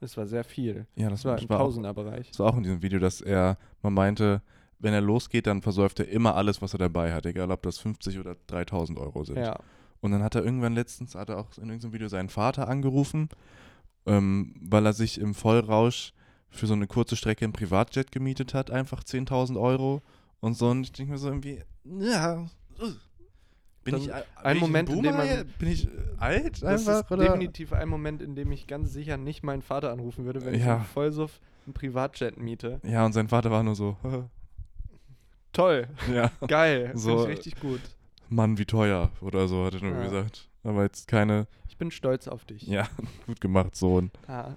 [SPEAKER 2] Das war sehr viel.
[SPEAKER 3] ja, das,
[SPEAKER 2] Das war
[SPEAKER 3] das
[SPEAKER 2] im
[SPEAKER 3] war, auch,
[SPEAKER 2] Tausenderbereich.
[SPEAKER 3] das war auch in diesem Video, dass er, man meinte, wenn er losgeht, dann versäuft er immer alles, was er dabei hat, egal ob das 50 oder 3000 Euro sind.
[SPEAKER 2] Ja,
[SPEAKER 3] Und dann hat er irgendwann letztens, hat er auch in irgendeinem Video seinen Vater angerufen, ähm, weil er sich im Vollrausch für so eine kurze Strecke im Privatjet gemietet hat, einfach 10.000 Euro und so. Und ich denke mir so irgendwie, ja, uh, bin
[SPEAKER 2] Dann
[SPEAKER 3] ich, al-
[SPEAKER 2] ein
[SPEAKER 3] bin
[SPEAKER 2] Moment,
[SPEAKER 3] ich
[SPEAKER 2] in
[SPEAKER 3] ein
[SPEAKER 2] dem
[SPEAKER 3] Boomer?
[SPEAKER 2] man-
[SPEAKER 3] bin ich äh, alt
[SPEAKER 2] das
[SPEAKER 3] einfach?
[SPEAKER 2] ist
[SPEAKER 3] oder?
[SPEAKER 2] definitiv ein Moment, in dem ich ganz sicher nicht meinen Vater anrufen würde, wenn
[SPEAKER 3] Ja.
[SPEAKER 2] ich im Vollsuff einen Privatjet miete.
[SPEAKER 3] Ja, und sein Vater war nur so,
[SPEAKER 2] Toll,
[SPEAKER 3] ja,
[SPEAKER 2] geil,
[SPEAKER 3] So,
[SPEAKER 2] finde ich richtig gut.
[SPEAKER 3] Mann, wie teuer oder so, hat er nur
[SPEAKER 2] Ja.
[SPEAKER 3] gesagt. Aber jetzt keine,
[SPEAKER 2] Ich bin stolz auf dich.
[SPEAKER 3] ja, gut gemacht, Sohn.
[SPEAKER 2] Ah,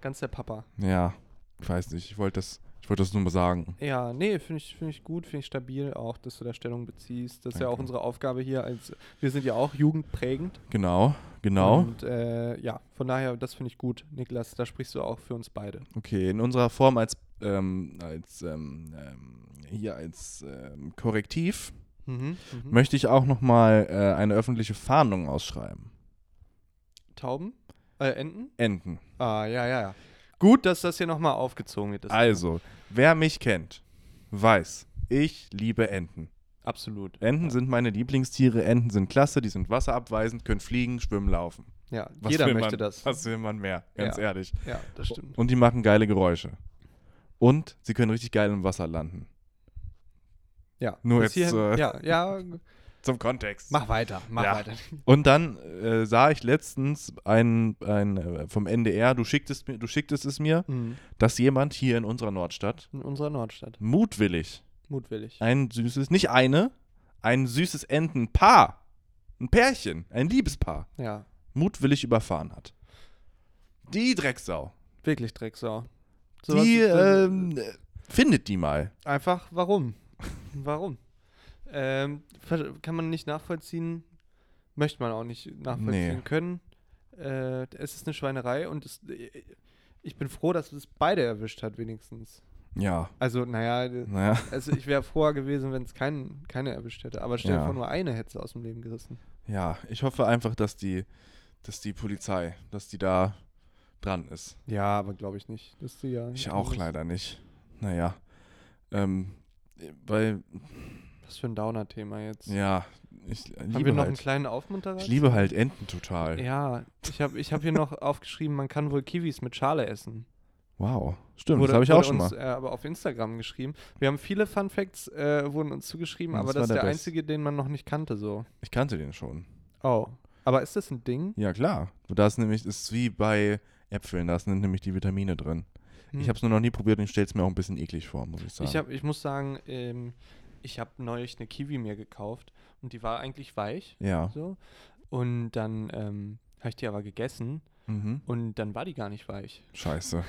[SPEAKER 2] ganz der Papa.
[SPEAKER 3] Ja, ich weiß nicht, ich wollte das, ich wollte das nur mal sagen.
[SPEAKER 2] Ja, nee, finde ich, find ich gut, finde ich stabil auch, dass du da Stellung beziehst. Das ist ja auch
[SPEAKER 3] Danke.
[SPEAKER 2] unsere Aufgabe hier als, wir sind ja auch jugendprägend.
[SPEAKER 3] Genau, genau.
[SPEAKER 2] Und äh, ja, von daher, das finde ich gut, Niklas, da sprichst du auch für uns beide.
[SPEAKER 3] Okay, in unserer Form als, ähm, als ähm, ähm, hier als ähm, Korrektiv
[SPEAKER 2] Mhm, mhm.
[SPEAKER 3] möchte ich auch nochmal äh, eine öffentliche Fahndung ausschreiben.
[SPEAKER 2] Tauben? Äh, Enten?
[SPEAKER 3] Enten.
[SPEAKER 2] Ah, ja, ja, ja. Gut, dass das hier nochmal aufgezogen wird. Das
[SPEAKER 3] Also, wer mich kennt, weiß, ich liebe Enten.
[SPEAKER 2] Absolut.
[SPEAKER 3] Enten sind meine Lieblingstiere, Enten sind klasse, die sind wasserabweisend, können fliegen, schwimmen, laufen.
[SPEAKER 2] Ja,
[SPEAKER 3] Was
[SPEAKER 2] jeder
[SPEAKER 3] will
[SPEAKER 2] möchte
[SPEAKER 3] man, Also,
[SPEAKER 2] das.
[SPEAKER 3] Was will man mehr, ganz
[SPEAKER 2] Ja.
[SPEAKER 3] ehrlich.
[SPEAKER 2] Ja, das stimmt.
[SPEAKER 3] Und die machen geile Geräusche. Und sie können richtig geil im Wasser landen.
[SPEAKER 2] Ja.
[SPEAKER 3] Nur
[SPEAKER 2] Bis
[SPEAKER 3] jetzt,
[SPEAKER 2] hierhin-
[SPEAKER 3] äh,
[SPEAKER 2] ja, ja,
[SPEAKER 3] Zum Kontext.
[SPEAKER 2] mach weiter, mach
[SPEAKER 3] Ja.
[SPEAKER 2] weiter.
[SPEAKER 3] Und dann äh, sah ich letztens ein, ein äh, vom NDR, du schicktest, mir, du schicktest es mir,
[SPEAKER 2] Mhm.
[SPEAKER 3] dass jemand hier in unserer Nordstadt
[SPEAKER 2] In unserer Nordstadt.
[SPEAKER 3] mutwillig
[SPEAKER 2] Mutwillig.
[SPEAKER 3] ein süßes, nicht eine, ein süßes Entenpaar, ein Pärchen, ein Liebespaar,
[SPEAKER 2] Ja,
[SPEAKER 3] mutwillig überfahren hat. Die Drecksau.
[SPEAKER 2] wirklich Drecksau. Sowas
[SPEAKER 3] Die
[SPEAKER 2] ist, äh,
[SPEAKER 3] ähm, äh, findet die mal.
[SPEAKER 2] einfach, warum? Warum? Ähm, ver- kann man nicht nachvollziehen, möchte man auch nicht nachvollziehen
[SPEAKER 3] Nee.
[SPEAKER 2] können. Äh, es ist eine Schweinerei und es, äh, ich bin froh, dass es beide erwischt hat, wenigstens.
[SPEAKER 3] Ja,
[SPEAKER 2] Also, naja,
[SPEAKER 3] naja.
[SPEAKER 2] Also ich wäre froher gewesen, wenn es keinen, keine erwischt hätte. Aber stell dir
[SPEAKER 3] Ja.
[SPEAKER 2] vor, nur eine hätte sie aus dem Leben gerissen.
[SPEAKER 3] Ja, ich hoffe einfach, dass die, dass die Polizei, dass die da dran ist.
[SPEAKER 2] Ja, aber glaube ich nicht. Dass die ja
[SPEAKER 3] Ich auch leider nicht. Naja. Ähm, weil,
[SPEAKER 2] Was für ein Downer-Thema jetzt.
[SPEAKER 3] ja, ich
[SPEAKER 2] Haben
[SPEAKER 3] liebe,
[SPEAKER 2] wir noch einen
[SPEAKER 3] halt,
[SPEAKER 2] kleinen Aufmunterer?
[SPEAKER 3] ich liebe halt Enten total.
[SPEAKER 2] Ja, ich habe ich hab hier noch aufgeschrieben, man kann wohl Kiwis mit Schale essen.
[SPEAKER 3] Wow. Stimmt,
[SPEAKER 2] Wurde-
[SPEAKER 3] das habe ich auch
[SPEAKER 2] wurde
[SPEAKER 3] schon
[SPEAKER 2] uns,
[SPEAKER 3] mal.
[SPEAKER 2] äh, aber auf Instagram geschrieben. Wir haben viele Fun Facts, äh, wurden uns zugeschrieben,
[SPEAKER 3] Ja,
[SPEAKER 2] aber
[SPEAKER 3] das
[SPEAKER 2] das
[SPEAKER 3] war
[SPEAKER 2] ist der,
[SPEAKER 3] der Best.
[SPEAKER 2] einzige, den man noch nicht kannte so.
[SPEAKER 3] Ich kannte den schon.
[SPEAKER 2] Oh. Aber ist das ein Ding?
[SPEAKER 3] Ja, klar. Da ist nämlich, ist wie bei Äpfeln, da sind nämlich die Vitamine drin.
[SPEAKER 2] Hm.
[SPEAKER 3] Ich habe es nur noch nie probiert und ich stelle es mir auch ein bisschen eklig vor, muss ich sagen.
[SPEAKER 2] Ich, hab, ich muss sagen, ähm, ich habe neulich eine Kiwi mir gekauft und die war eigentlich weich.
[SPEAKER 3] ja.
[SPEAKER 2] So. Und dann ähm, habe ich die aber gegessen
[SPEAKER 3] Mhm.
[SPEAKER 2] und dann war die gar nicht weich.
[SPEAKER 3] Scheiße.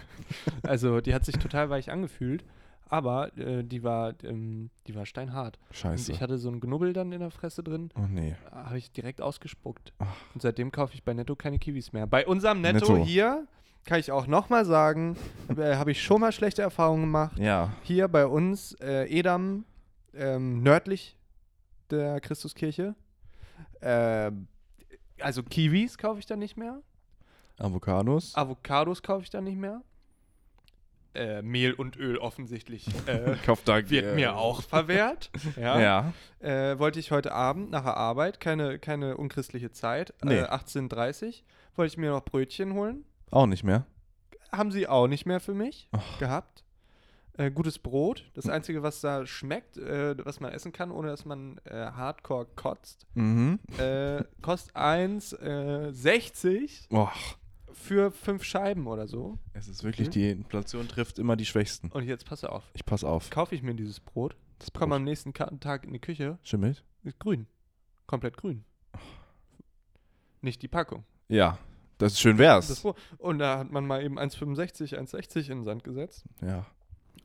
[SPEAKER 2] Also die hat sich total weich angefühlt, aber äh, die, war, ähm, die war steinhart. Und
[SPEAKER 3] Scheiße.
[SPEAKER 2] ich hatte so einen Knubbel dann in der Fresse drin,
[SPEAKER 3] oh nee.
[SPEAKER 2] habe ich direkt ausgespuckt.
[SPEAKER 3] Ach.
[SPEAKER 2] Und seitdem kaufe ich bei Netto keine Kiwis mehr. Bei unserem Netto,
[SPEAKER 3] Netto.
[SPEAKER 2] hier kann ich auch nochmal sagen, äh, habe ich schon mal schlechte Erfahrungen gemacht.
[SPEAKER 3] Ja.
[SPEAKER 2] Hier bei uns, äh, Edam, ähm, nördlich der Christuskirche. Ähm, also Kiwis kaufe ich da nicht mehr.
[SPEAKER 3] Avocados.
[SPEAKER 2] Avocados kaufe ich da nicht mehr. Äh, Mehl und Öl offensichtlich äh,
[SPEAKER 3] Kauf da
[SPEAKER 2] wird mir auch verwehrt.
[SPEAKER 3] Ja.
[SPEAKER 2] Ja. Äh, wollte ich heute Abend nach der Arbeit, keine, keine unchristliche Zeit,
[SPEAKER 3] Nee.
[SPEAKER 2] äh, 18.30 wollte ich mir noch Brötchen holen.
[SPEAKER 3] Auch nicht mehr.
[SPEAKER 2] Haben sie auch nicht mehr für mich
[SPEAKER 3] Ach.
[SPEAKER 2] gehabt. Äh, gutes Brot, das Einzige, was da schmeckt, äh, was man essen kann, ohne dass man äh, hardcore kotzt,
[SPEAKER 3] Mhm.
[SPEAKER 2] äh, kostet 1,60
[SPEAKER 3] Boah.
[SPEAKER 2] für fünf Scheiben oder so.
[SPEAKER 3] Es ist wirklich, die Inflation trifft immer die Schwächsten.
[SPEAKER 2] Und jetzt passe auf.
[SPEAKER 3] Ich pass auf.
[SPEAKER 2] kaufe ich mir dieses Brot,
[SPEAKER 3] Das
[SPEAKER 2] komme am nächsten Ka- Tag in die Küche,
[SPEAKER 3] Schimmelt?
[SPEAKER 2] ist grün. Komplett grün. Nicht die Packung.
[SPEAKER 3] Ja. Das ist schön
[SPEAKER 2] Das
[SPEAKER 3] wär's.
[SPEAKER 2] Brot. Und da hat man mal eben 1,65, 1,60 in den Sand gesetzt.
[SPEAKER 3] Ja.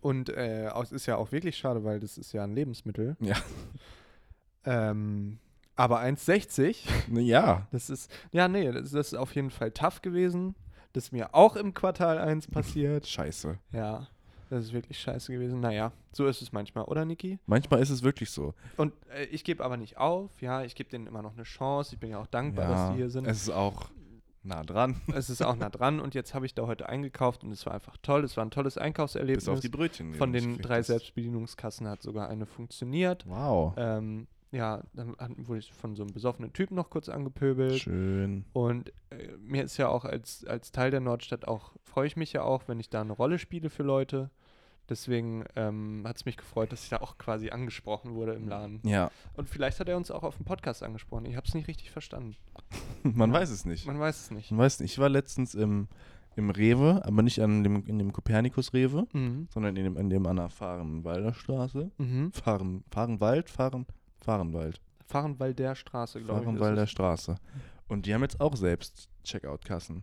[SPEAKER 2] Und äh, auch- es ist ja auch wirklich schade, weil das ist ja ein Lebensmittel.
[SPEAKER 3] Ja.
[SPEAKER 2] Ähm, aber 1,60,
[SPEAKER 3] Ne, Ja.
[SPEAKER 2] das ist, ja, nee, das, das ist auf jeden Fall tough gewesen. Das ist mir auch im Quartal 1 passiert.
[SPEAKER 3] Scheiße.
[SPEAKER 2] Ja, das ist wirklich scheiße gewesen. Naja, so ist es manchmal, oder, Niki?
[SPEAKER 3] Manchmal ist es wirklich so.
[SPEAKER 2] Und äh, ich gebe aber nicht auf, ja, ich gebe denen immer noch eine Chance. Ich bin ja auch dankbar, dass die hier sind.
[SPEAKER 3] Es ist auch nah dran.
[SPEAKER 2] Es ist auch nah dran und jetzt habe ich da heute eingekauft und es war einfach toll. Es war ein tolles Einkaufserlebnis.
[SPEAKER 3] Bis auf die Brötchen. die
[SPEAKER 2] Von
[SPEAKER 3] du
[SPEAKER 2] den
[SPEAKER 3] nicht
[SPEAKER 2] drei
[SPEAKER 3] kriegst.
[SPEAKER 2] Selbstbedienungskassen hat sogar eine funktioniert.
[SPEAKER 3] Wow.
[SPEAKER 2] Ähm, ja, dann hat- wurde ich von so einem besoffenen Typen noch kurz
[SPEAKER 3] Äh,
[SPEAKER 2] angepöbelt.
[SPEAKER 3] Schön.
[SPEAKER 2] Und äh, mir ist ja auch als, als Teil der Nordstadt auch, freue ich mich ja auch, wenn ich da eine Rolle spiele für Leute. Deswegen ähm, hat es mich gefreut, dass ich da auch quasi angesprochen wurde
[SPEAKER 3] Mhm.
[SPEAKER 2] im Laden.
[SPEAKER 3] Ja.
[SPEAKER 2] Und vielleicht hat er uns auch auf dem Podcast angesprochen. Ich habe es nicht richtig verstanden.
[SPEAKER 3] Man weiß es nicht.
[SPEAKER 2] Man weiß es nicht.
[SPEAKER 3] Man weiß nicht. Ich war letztens im, im Rewe, aber nicht an dem, in dem Kopernikus-Rewe,
[SPEAKER 2] Mhm.
[SPEAKER 3] sondern in dem, in dem an der Fahrenwalder Straße.
[SPEAKER 2] Mhm.
[SPEAKER 3] Fahren, Fahrenwald, Fahren, Fahrenwald.
[SPEAKER 2] Fahrenwalder Straße, glaube ich. ist
[SPEAKER 3] Fahrenwalder
[SPEAKER 2] es.
[SPEAKER 3] Straße. Und die haben jetzt auch selbst Checkout-Kassen.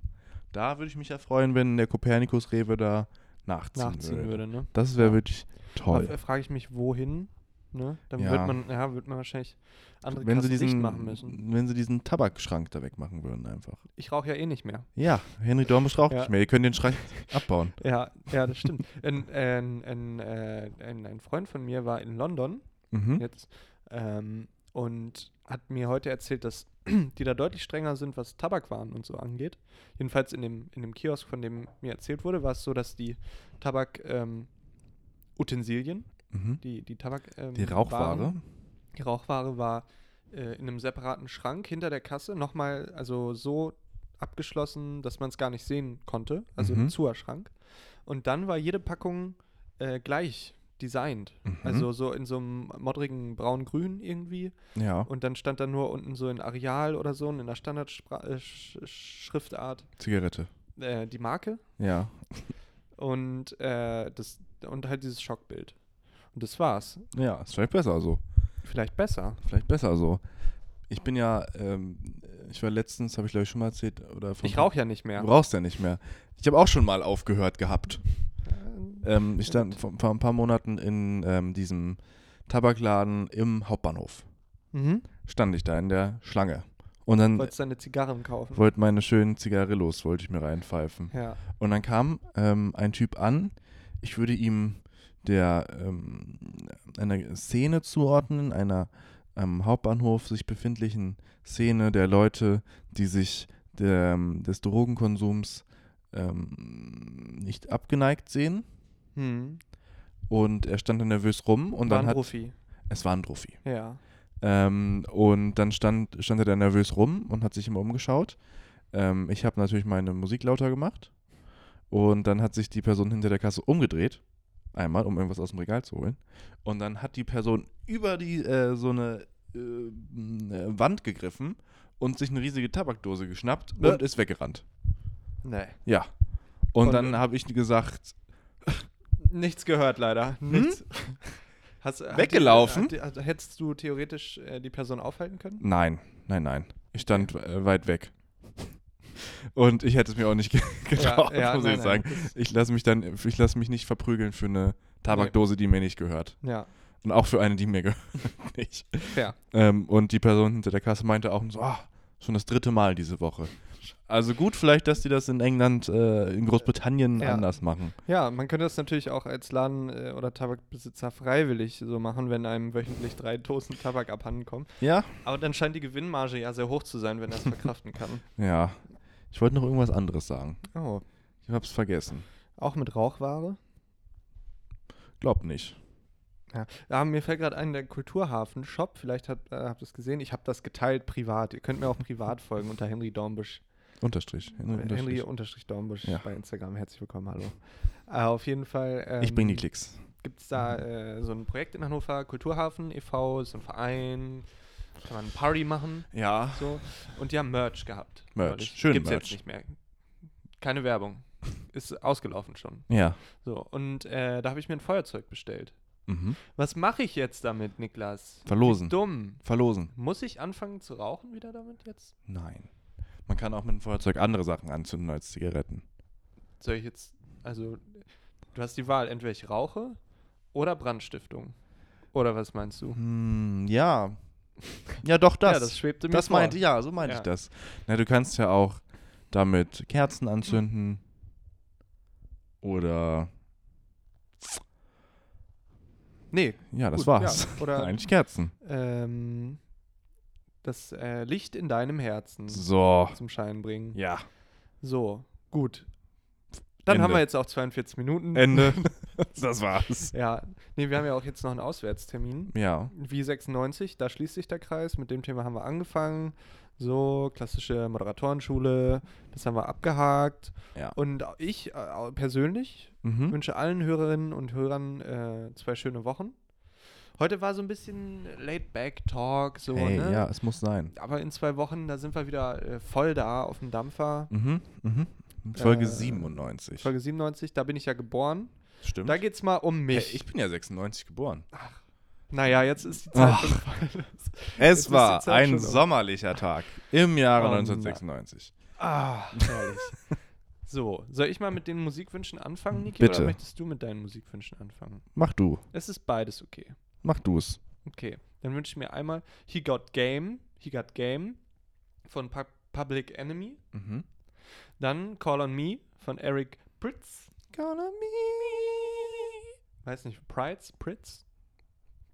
[SPEAKER 3] Da würde ich mich ja freuen, wenn der Kopernikus-Rewe da nachziehen,
[SPEAKER 2] nachziehen
[SPEAKER 3] würde.
[SPEAKER 2] würde. ne?
[SPEAKER 3] Das wäre wirklich toll.
[SPEAKER 2] Da frage ich mich, wohin? Ne? Dann
[SPEAKER 3] Ja.
[SPEAKER 2] wird man, ja, wird man wahrscheinlich andere
[SPEAKER 3] Wenn sie,
[SPEAKER 2] Kassen dicht
[SPEAKER 3] diesen,
[SPEAKER 2] machen müssen.
[SPEAKER 3] wenn sie diesen Tabakschrank da wegmachen würden, einfach.
[SPEAKER 2] Ich rauche ja eh nicht mehr.
[SPEAKER 3] Ja, Henry Dormisch raucht
[SPEAKER 2] Ja.
[SPEAKER 3] nicht mehr. Ihr könnt den Schrank abbauen.
[SPEAKER 2] Ja, ja, das stimmt. ein, ein, ein, äh, ein, ein Freund von mir war in London
[SPEAKER 3] Mhm.
[SPEAKER 2] jetzt ähm, und hat mir heute erzählt, dass die da deutlich strenger sind, was Tabakwaren und so angeht. Jedenfalls in dem, in dem Kiosk, von dem mir erzählt wurde, war es so, dass die Tabak ähm, Utensilien,
[SPEAKER 3] Mhm.
[SPEAKER 2] die, die Tabak ähm,
[SPEAKER 3] Die Rauchware.
[SPEAKER 2] Waren, Die Rauchware war äh, in einem separaten Schrank hinter der Kasse, nochmal, also so abgeschlossen, dass man es gar nicht sehen konnte, also
[SPEAKER 3] Mhm.
[SPEAKER 2] ein Zuerschrank. Und dann war jede Packung äh, gleich designt,
[SPEAKER 3] Mhm.
[SPEAKER 2] also so in so einem modrigen braun-grün irgendwie.
[SPEAKER 3] ja,
[SPEAKER 2] Und dann stand da nur unten so in Areal oder so und in der Standardschriftart
[SPEAKER 3] Zigarette.
[SPEAKER 2] äh, die Marke
[SPEAKER 3] Ja.
[SPEAKER 2] und, äh, das, und halt dieses Schockbild. Und das war's.
[SPEAKER 3] Ja, ist vielleicht besser so.
[SPEAKER 2] Vielleicht besser.
[SPEAKER 3] Vielleicht besser so. Ich bin ja, ähm, ich war letztens, habe ich glaube ich schon mal erzählt, oder vom-
[SPEAKER 2] Ich rauche ja nicht mehr.
[SPEAKER 3] Du rauchst ja nicht mehr. Ich habe auch schon mal aufgehört gehabt.
[SPEAKER 2] Ähm,
[SPEAKER 3] Ähm, ich stand vor, vor ein paar Monaten in ähm, diesem Tabakladen im Hauptbahnhof.
[SPEAKER 2] Mhm.
[SPEAKER 3] Stand ich da in der Schlange. Und dann
[SPEAKER 2] Wolltest deine Zigarren kaufen?
[SPEAKER 3] wollte meine schönen Zigarillos, wollte ich mir reinpfeifen.
[SPEAKER 2] ja.
[SPEAKER 3] Und dann kam ähm, ein Typ an. Ich würde ihm der ähm, einer Szene zuordnen, einer am Hauptbahnhof sich befindlichen Szene der Leute, die sich d- der, ähm, des Drogenkonsums ähm, nicht abgeneigt sehen.
[SPEAKER 2] Hm.
[SPEAKER 3] Und er stand dann nervös rum und
[SPEAKER 2] War
[SPEAKER 3] dann
[SPEAKER 2] ein
[SPEAKER 3] hat.
[SPEAKER 2] Profi.
[SPEAKER 3] Es war ein Profi.
[SPEAKER 2] Ja.
[SPEAKER 3] Ähm, und dann stand, stand er da nervös rum und hat sich immer umgeschaut. Ähm, ich habe natürlich meine Musik lauter gemacht. Und dann hat sich die Person hinter der Kasse umgedreht. Einmal, um irgendwas aus dem Regal zu holen. Und dann hat die Person über die äh, so eine äh, mh, Wand gegriffen und sich eine riesige Tabakdose geschnappt
[SPEAKER 2] Äh.
[SPEAKER 3] und ist weggerannt.
[SPEAKER 2] Nee.
[SPEAKER 3] Ja. Und,
[SPEAKER 2] Und-
[SPEAKER 3] dann habe ich gesagt,
[SPEAKER 2] Nichts gehört leider. Nichts. Hm? Hast, hat die-
[SPEAKER 3] Weggelaufen?
[SPEAKER 2] hat die- hat- hättest du theoretisch äh, die Person aufhalten können?
[SPEAKER 3] nein, nein, nein. Ich stand äh, weit weg. Und ich hätte es mir auch nicht ge- getraut, muss
[SPEAKER 2] nein,
[SPEAKER 3] ich
[SPEAKER 2] nein,
[SPEAKER 3] sagen.
[SPEAKER 2] das-
[SPEAKER 3] Ich lasse mich dann, ich lasse mich nicht verprügeln für eine Tabakdose, die mir nicht gehört.
[SPEAKER 2] Ja,
[SPEAKER 3] Und auch für eine, die mir gehört nicht.
[SPEAKER 2] fair.
[SPEAKER 3] Ähm, und die Person hinter der Kasse meinte auch so, ah, schon das dritte Mal diese Woche. Also gut, vielleicht, dass die das in England, äh, in Großbritannien
[SPEAKER 2] Ja.
[SPEAKER 3] anders machen.
[SPEAKER 2] Ja, man könnte das natürlich auch als Laden- äh, oder Tabakbesitzer freiwillig so machen, wenn einem wöchentlich drei Dosen Tabak abhanden kommen.
[SPEAKER 3] Ja?
[SPEAKER 2] Aber dann scheint die Gewinnmarge ja sehr hoch zu sein, wenn er es verkraften kann.
[SPEAKER 3] Ja. Ich wollte noch irgendwas anderes sagen.
[SPEAKER 2] Oh.
[SPEAKER 3] Ich hab's vergessen.
[SPEAKER 2] Auch mit Rauchware?
[SPEAKER 3] Glaub nicht.
[SPEAKER 2] Ja. ja mir fällt gerade ein, der Kulturhafen-Shop, vielleicht habt äh, habt ihr es gesehen, ich habe das geteilt privat. Ihr könnt mir auch privat folgen unter Henry Dornbusch. äh,
[SPEAKER 3] Unterstrich. Henry Unterstrich.
[SPEAKER 2] Henry-Dornbusch
[SPEAKER 3] Ja.
[SPEAKER 2] bei Instagram. Herzlich willkommen, hallo. Äh, auf jeden Fall. Ähm,
[SPEAKER 3] ich bring die Klicks.
[SPEAKER 2] Gibt es da äh, so ein Projekt in Hannover, Kulturhafen e.V., ist so ein Verein, kann man eine Party machen,
[SPEAKER 3] Ja.
[SPEAKER 2] so. Und die haben Merch gehabt.
[SPEAKER 3] Merch,
[SPEAKER 2] neulich.
[SPEAKER 3] schön
[SPEAKER 2] Gibt's
[SPEAKER 3] Merch.
[SPEAKER 2] jetzt nicht mehr. Keine Werbung. Ist ausgelaufen schon.
[SPEAKER 3] Ja.
[SPEAKER 2] So, und äh, da habe ich mir ein Feuerzeug bestellt.
[SPEAKER 3] Mhm.
[SPEAKER 2] Was mache ich jetzt damit, Niklas?
[SPEAKER 3] Verlosen.
[SPEAKER 2] Dumm.
[SPEAKER 3] Verlosen.
[SPEAKER 2] Muss ich anfangen zu rauchen wieder damit jetzt?
[SPEAKER 3] Nein. Man kann auch mit dem Feuerzeug andere Sachen anzünden als Zigaretten.
[SPEAKER 2] Soll ich jetzt, also, du hast die Wahl, entweder ich rauche oder Brandstiftung. Oder was meinst du?
[SPEAKER 3] Hm, ja. Ja, doch das.
[SPEAKER 2] ja, das schwebte mir
[SPEAKER 3] das
[SPEAKER 2] vor.
[SPEAKER 3] meinte ja, so meinte
[SPEAKER 2] Ja.
[SPEAKER 3] ich das. Na, du kannst ja auch damit Kerzen anzünden oder
[SPEAKER 2] Nee,
[SPEAKER 3] ja, Hm. das
[SPEAKER 2] Gut,
[SPEAKER 3] war's.
[SPEAKER 2] ja, oder-
[SPEAKER 3] Eigentlich Kerzen.
[SPEAKER 2] ähm, das äh, Licht in deinem Herzen
[SPEAKER 3] So.
[SPEAKER 2] zum Schein bringen.
[SPEAKER 3] Ja.
[SPEAKER 2] So, gut. Dann
[SPEAKER 3] Ende.
[SPEAKER 2] haben wir jetzt auch 42 Minuten.
[SPEAKER 3] Ende. das war's.
[SPEAKER 2] Ja, nee, wir haben ja auch jetzt noch einen Auswärtstermin.
[SPEAKER 3] Ja.
[SPEAKER 2] Wie 96, da schließt sich der Kreis. Mit dem Thema haben wir angefangen. So, klassische Moderatorenschule, das haben wir abgehakt.
[SPEAKER 3] Ja.
[SPEAKER 2] Und ich äh, persönlich Ich
[SPEAKER 3] Mhm.
[SPEAKER 2] wünsche allen Hörerinnen und Hörern äh, zwei schöne Wochen. Heute war so ein bisschen Laid-Back-Talk, so,
[SPEAKER 3] Hey,
[SPEAKER 2] ne?
[SPEAKER 3] ja, es muss sein.
[SPEAKER 2] Aber in zwei Wochen, da sind wir wieder äh, voll da auf dem Dampfer.
[SPEAKER 3] Mhm. Mhm. Folge
[SPEAKER 2] Äh,
[SPEAKER 3] 97.
[SPEAKER 2] Folge 97, da bin ich ja geboren.
[SPEAKER 3] Stimmt.
[SPEAKER 2] Da geht's mal um
[SPEAKER 3] hey,
[SPEAKER 2] mich.
[SPEAKER 3] ich bin ja 96 geboren.
[SPEAKER 2] naja, jetzt ist die Zeit um
[SPEAKER 3] Ach.
[SPEAKER 2] schon voll. Jetzt
[SPEAKER 3] Es
[SPEAKER 2] ist die
[SPEAKER 3] war
[SPEAKER 2] Zeit schon
[SPEAKER 3] ein
[SPEAKER 2] um.
[SPEAKER 3] sommerlicher Tag im Jahre
[SPEAKER 2] Oh nein.
[SPEAKER 3] 1996.
[SPEAKER 2] Ah, herrlich. so, soll ich mal mit den Musikwünschen anfangen, Niki?
[SPEAKER 3] Bitte.
[SPEAKER 2] Oder möchtest du mit deinen Musikwünschen anfangen?
[SPEAKER 3] Mach du.
[SPEAKER 2] Es ist beides okay.
[SPEAKER 3] Mach du's.
[SPEAKER 2] Okay, dann wünsche ich mir einmal He Got Game, He Got Game von Pu Public Enemy.
[SPEAKER 3] Mhm.
[SPEAKER 2] Dann Call on Me von Eric Pritz.
[SPEAKER 3] Call on me.
[SPEAKER 2] Weiß nicht, Pritz, Pritz.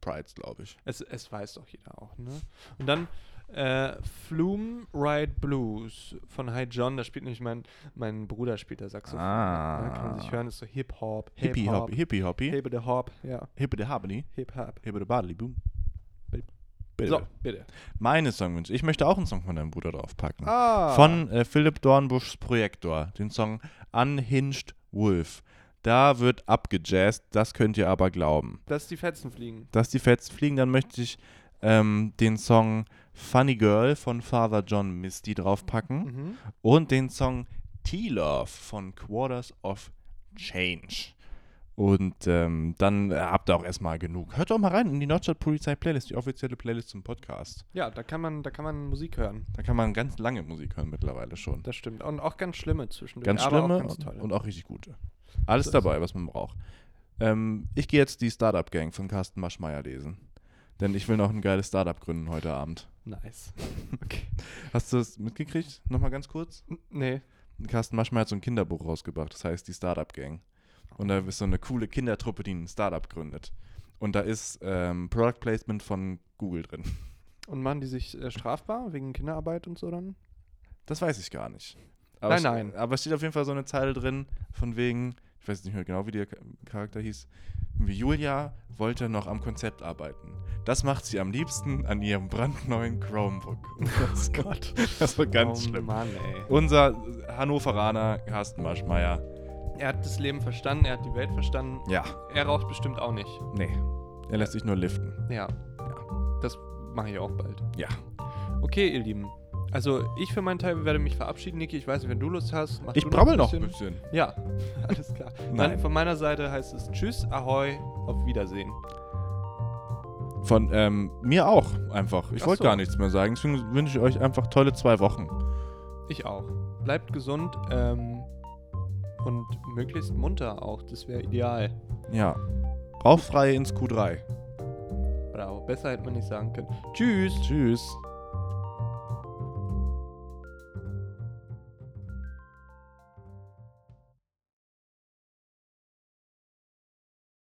[SPEAKER 3] Prides, glaube ich.
[SPEAKER 2] Es, es weiß doch jeder auch, ne? Und dann äh, Flume Ride Blues von Hi John. Da spielt nämlich mein, mein Bruder spielt da Saxophon.
[SPEAKER 3] Ah.
[SPEAKER 2] Ne? Kann man sich hören, ist so Hip-Hop.
[SPEAKER 3] Hippie Hoppy, Hippie Hoppy.
[SPEAKER 2] Hebe de Hop, ja.
[SPEAKER 3] Hippie de Habeli.
[SPEAKER 2] Hip-Hop.
[SPEAKER 3] Hippie de Badeli Boom.
[SPEAKER 2] Bitte.
[SPEAKER 3] Bitte.
[SPEAKER 2] So, bitte.
[SPEAKER 3] Meine Songwünsche. Ich möchte auch einen Song von deinem Bruder draufpacken.
[SPEAKER 2] Ah.
[SPEAKER 3] Von äh, Philipp Dornbuschs Projektor. Den Song Unhinged Wolf. Da wird abgejazzt, das könnt ihr aber glauben.
[SPEAKER 2] Dass die Fetzen fliegen.
[SPEAKER 3] Dass die Fetzen fliegen, dann möchte ich ähm, den Song Funny Girl von Father John Misty draufpacken.
[SPEAKER 2] Mhm.
[SPEAKER 3] und den Song T-Love von Quarters of Change. Und ähm, dann habt ihr auch erstmal genug. Hört doch mal rein in die Nordstadt Polizei Playlist, die offizielle Playlist zum Podcast.
[SPEAKER 2] Ja, da kann, man, da kann man Musik hören.
[SPEAKER 3] Da kann man ganz lange Musik hören mittlerweile schon.
[SPEAKER 2] Das stimmt. Und auch ganz schlimme zwischendurch.
[SPEAKER 3] Ganz
[SPEAKER 2] aber
[SPEAKER 3] schlimme
[SPEAKER 2] Auch ganz toll.
[SPEAKER 3] und, und auch richtig gute. Alles
[SPEAKER 2] So ist
[SPEAKER 3] dabei, was man braucht. Ähm, ich gehe jetzt die Startup Gang von Carsten Maschmeyer lesen. Denn ich will noch ein geiles Startup gründen heute Abend.
[SPEAKER 2] nice. Okay.
[SPEAKER 3] Hast du das mitgekriegt? Nochmal ganz kurz.
[SPEAKER 2] N- Nee.
[SPEAKER 3] Carsten Maschmeyer hat so ein Kinderbuch rausgebracht, das heißt die Startup Gang. Und da ist so eine coole Kindertruppe, die ein Startup gründet. Und da ist ähm, Product Placement von Google drin.
[SPEAKER 2] Und machen die sich äh, strafbar wegen Kinderarbeit und so dann?
[SPEAKER 3] Das weiß ich gar nicht. Aber
[SPEAKER 2] Nein,
[SPEAKER 3] es-
[SPEAKER 2] nein.
[SPEAKER 3] Aber es steht auf jeden Fall so eine Zeile drin, von wegen, ich weiß nicht mehr genau, wie der K- Charakter hieß, wie Julia wollte noch am Konzept arbeiten. Das macht sie am liebsten an ihrem brandneuen Chromebook. Oh Gott. Das war ganz
[SPEAKER 2] oh,
[SPEAKER 3] schlimm.
[SPEAKER 2] Mann, ey.
[SPEAKER 3] Unser Hannoveraner Carsten Maschmeyer.
[SPEAKER 2] Er hat das Leben verstanden, er hat die Welt verstanden.
[SPEAKER 3] Ja,
[SPEAKER 2] Er raucht bestimmt auch nicht.
[SPEAKER 3] nee. Er lässt sich nur liften.
[SPEAKER 2] Ja. Das mache ich auch bald.
[SPEAKER 3] Ja.
[SPEAKER 2] Okay, ihr Lieben. Also, ich für meinen Teil werde mich verabschieden, Niki. Ich weiß nicht, wenn du Lust hast. Mach
[SPEAKER 3] Ich
[SPEAKER 2] du
[SPEAKER 3] brabbel
[SPEAKER 2] ein
[SPEAKER 3] noch ein
[SPEAKER 2] bisschen.
[SPEAKER 3] bisschen.
[SPEAKER 2] Ja, alles klar. Dann
[SPEAKER 3] Nein.
[SPEAKER 2] von meiner Seite heißt es Tschüss, Ahoi, auf Wiedersehen.
[SPEAKER 3] Von ähm, mir auch einfach. Ich
[SPEAKER 2] Ach
[SPEAKER 3] wollte
[SPEAKER 2] so.
[SPEAKER 3] gar nichts mehr sagen. Deswegen wünsche ich euch einfach tolle zwei Wochen.
[SPEAKER 2] Ich auch. Bleibt gesund ähm, und möglichst munter auch. Das wäre ideal.
[SPEAKER 3] Ja. Rauchfrei ins Q3.
[SPEAKER 2] Bravo. Besser hätte man nicht sagen können. Tschüss.
[SPEAKER 3] Tschüss.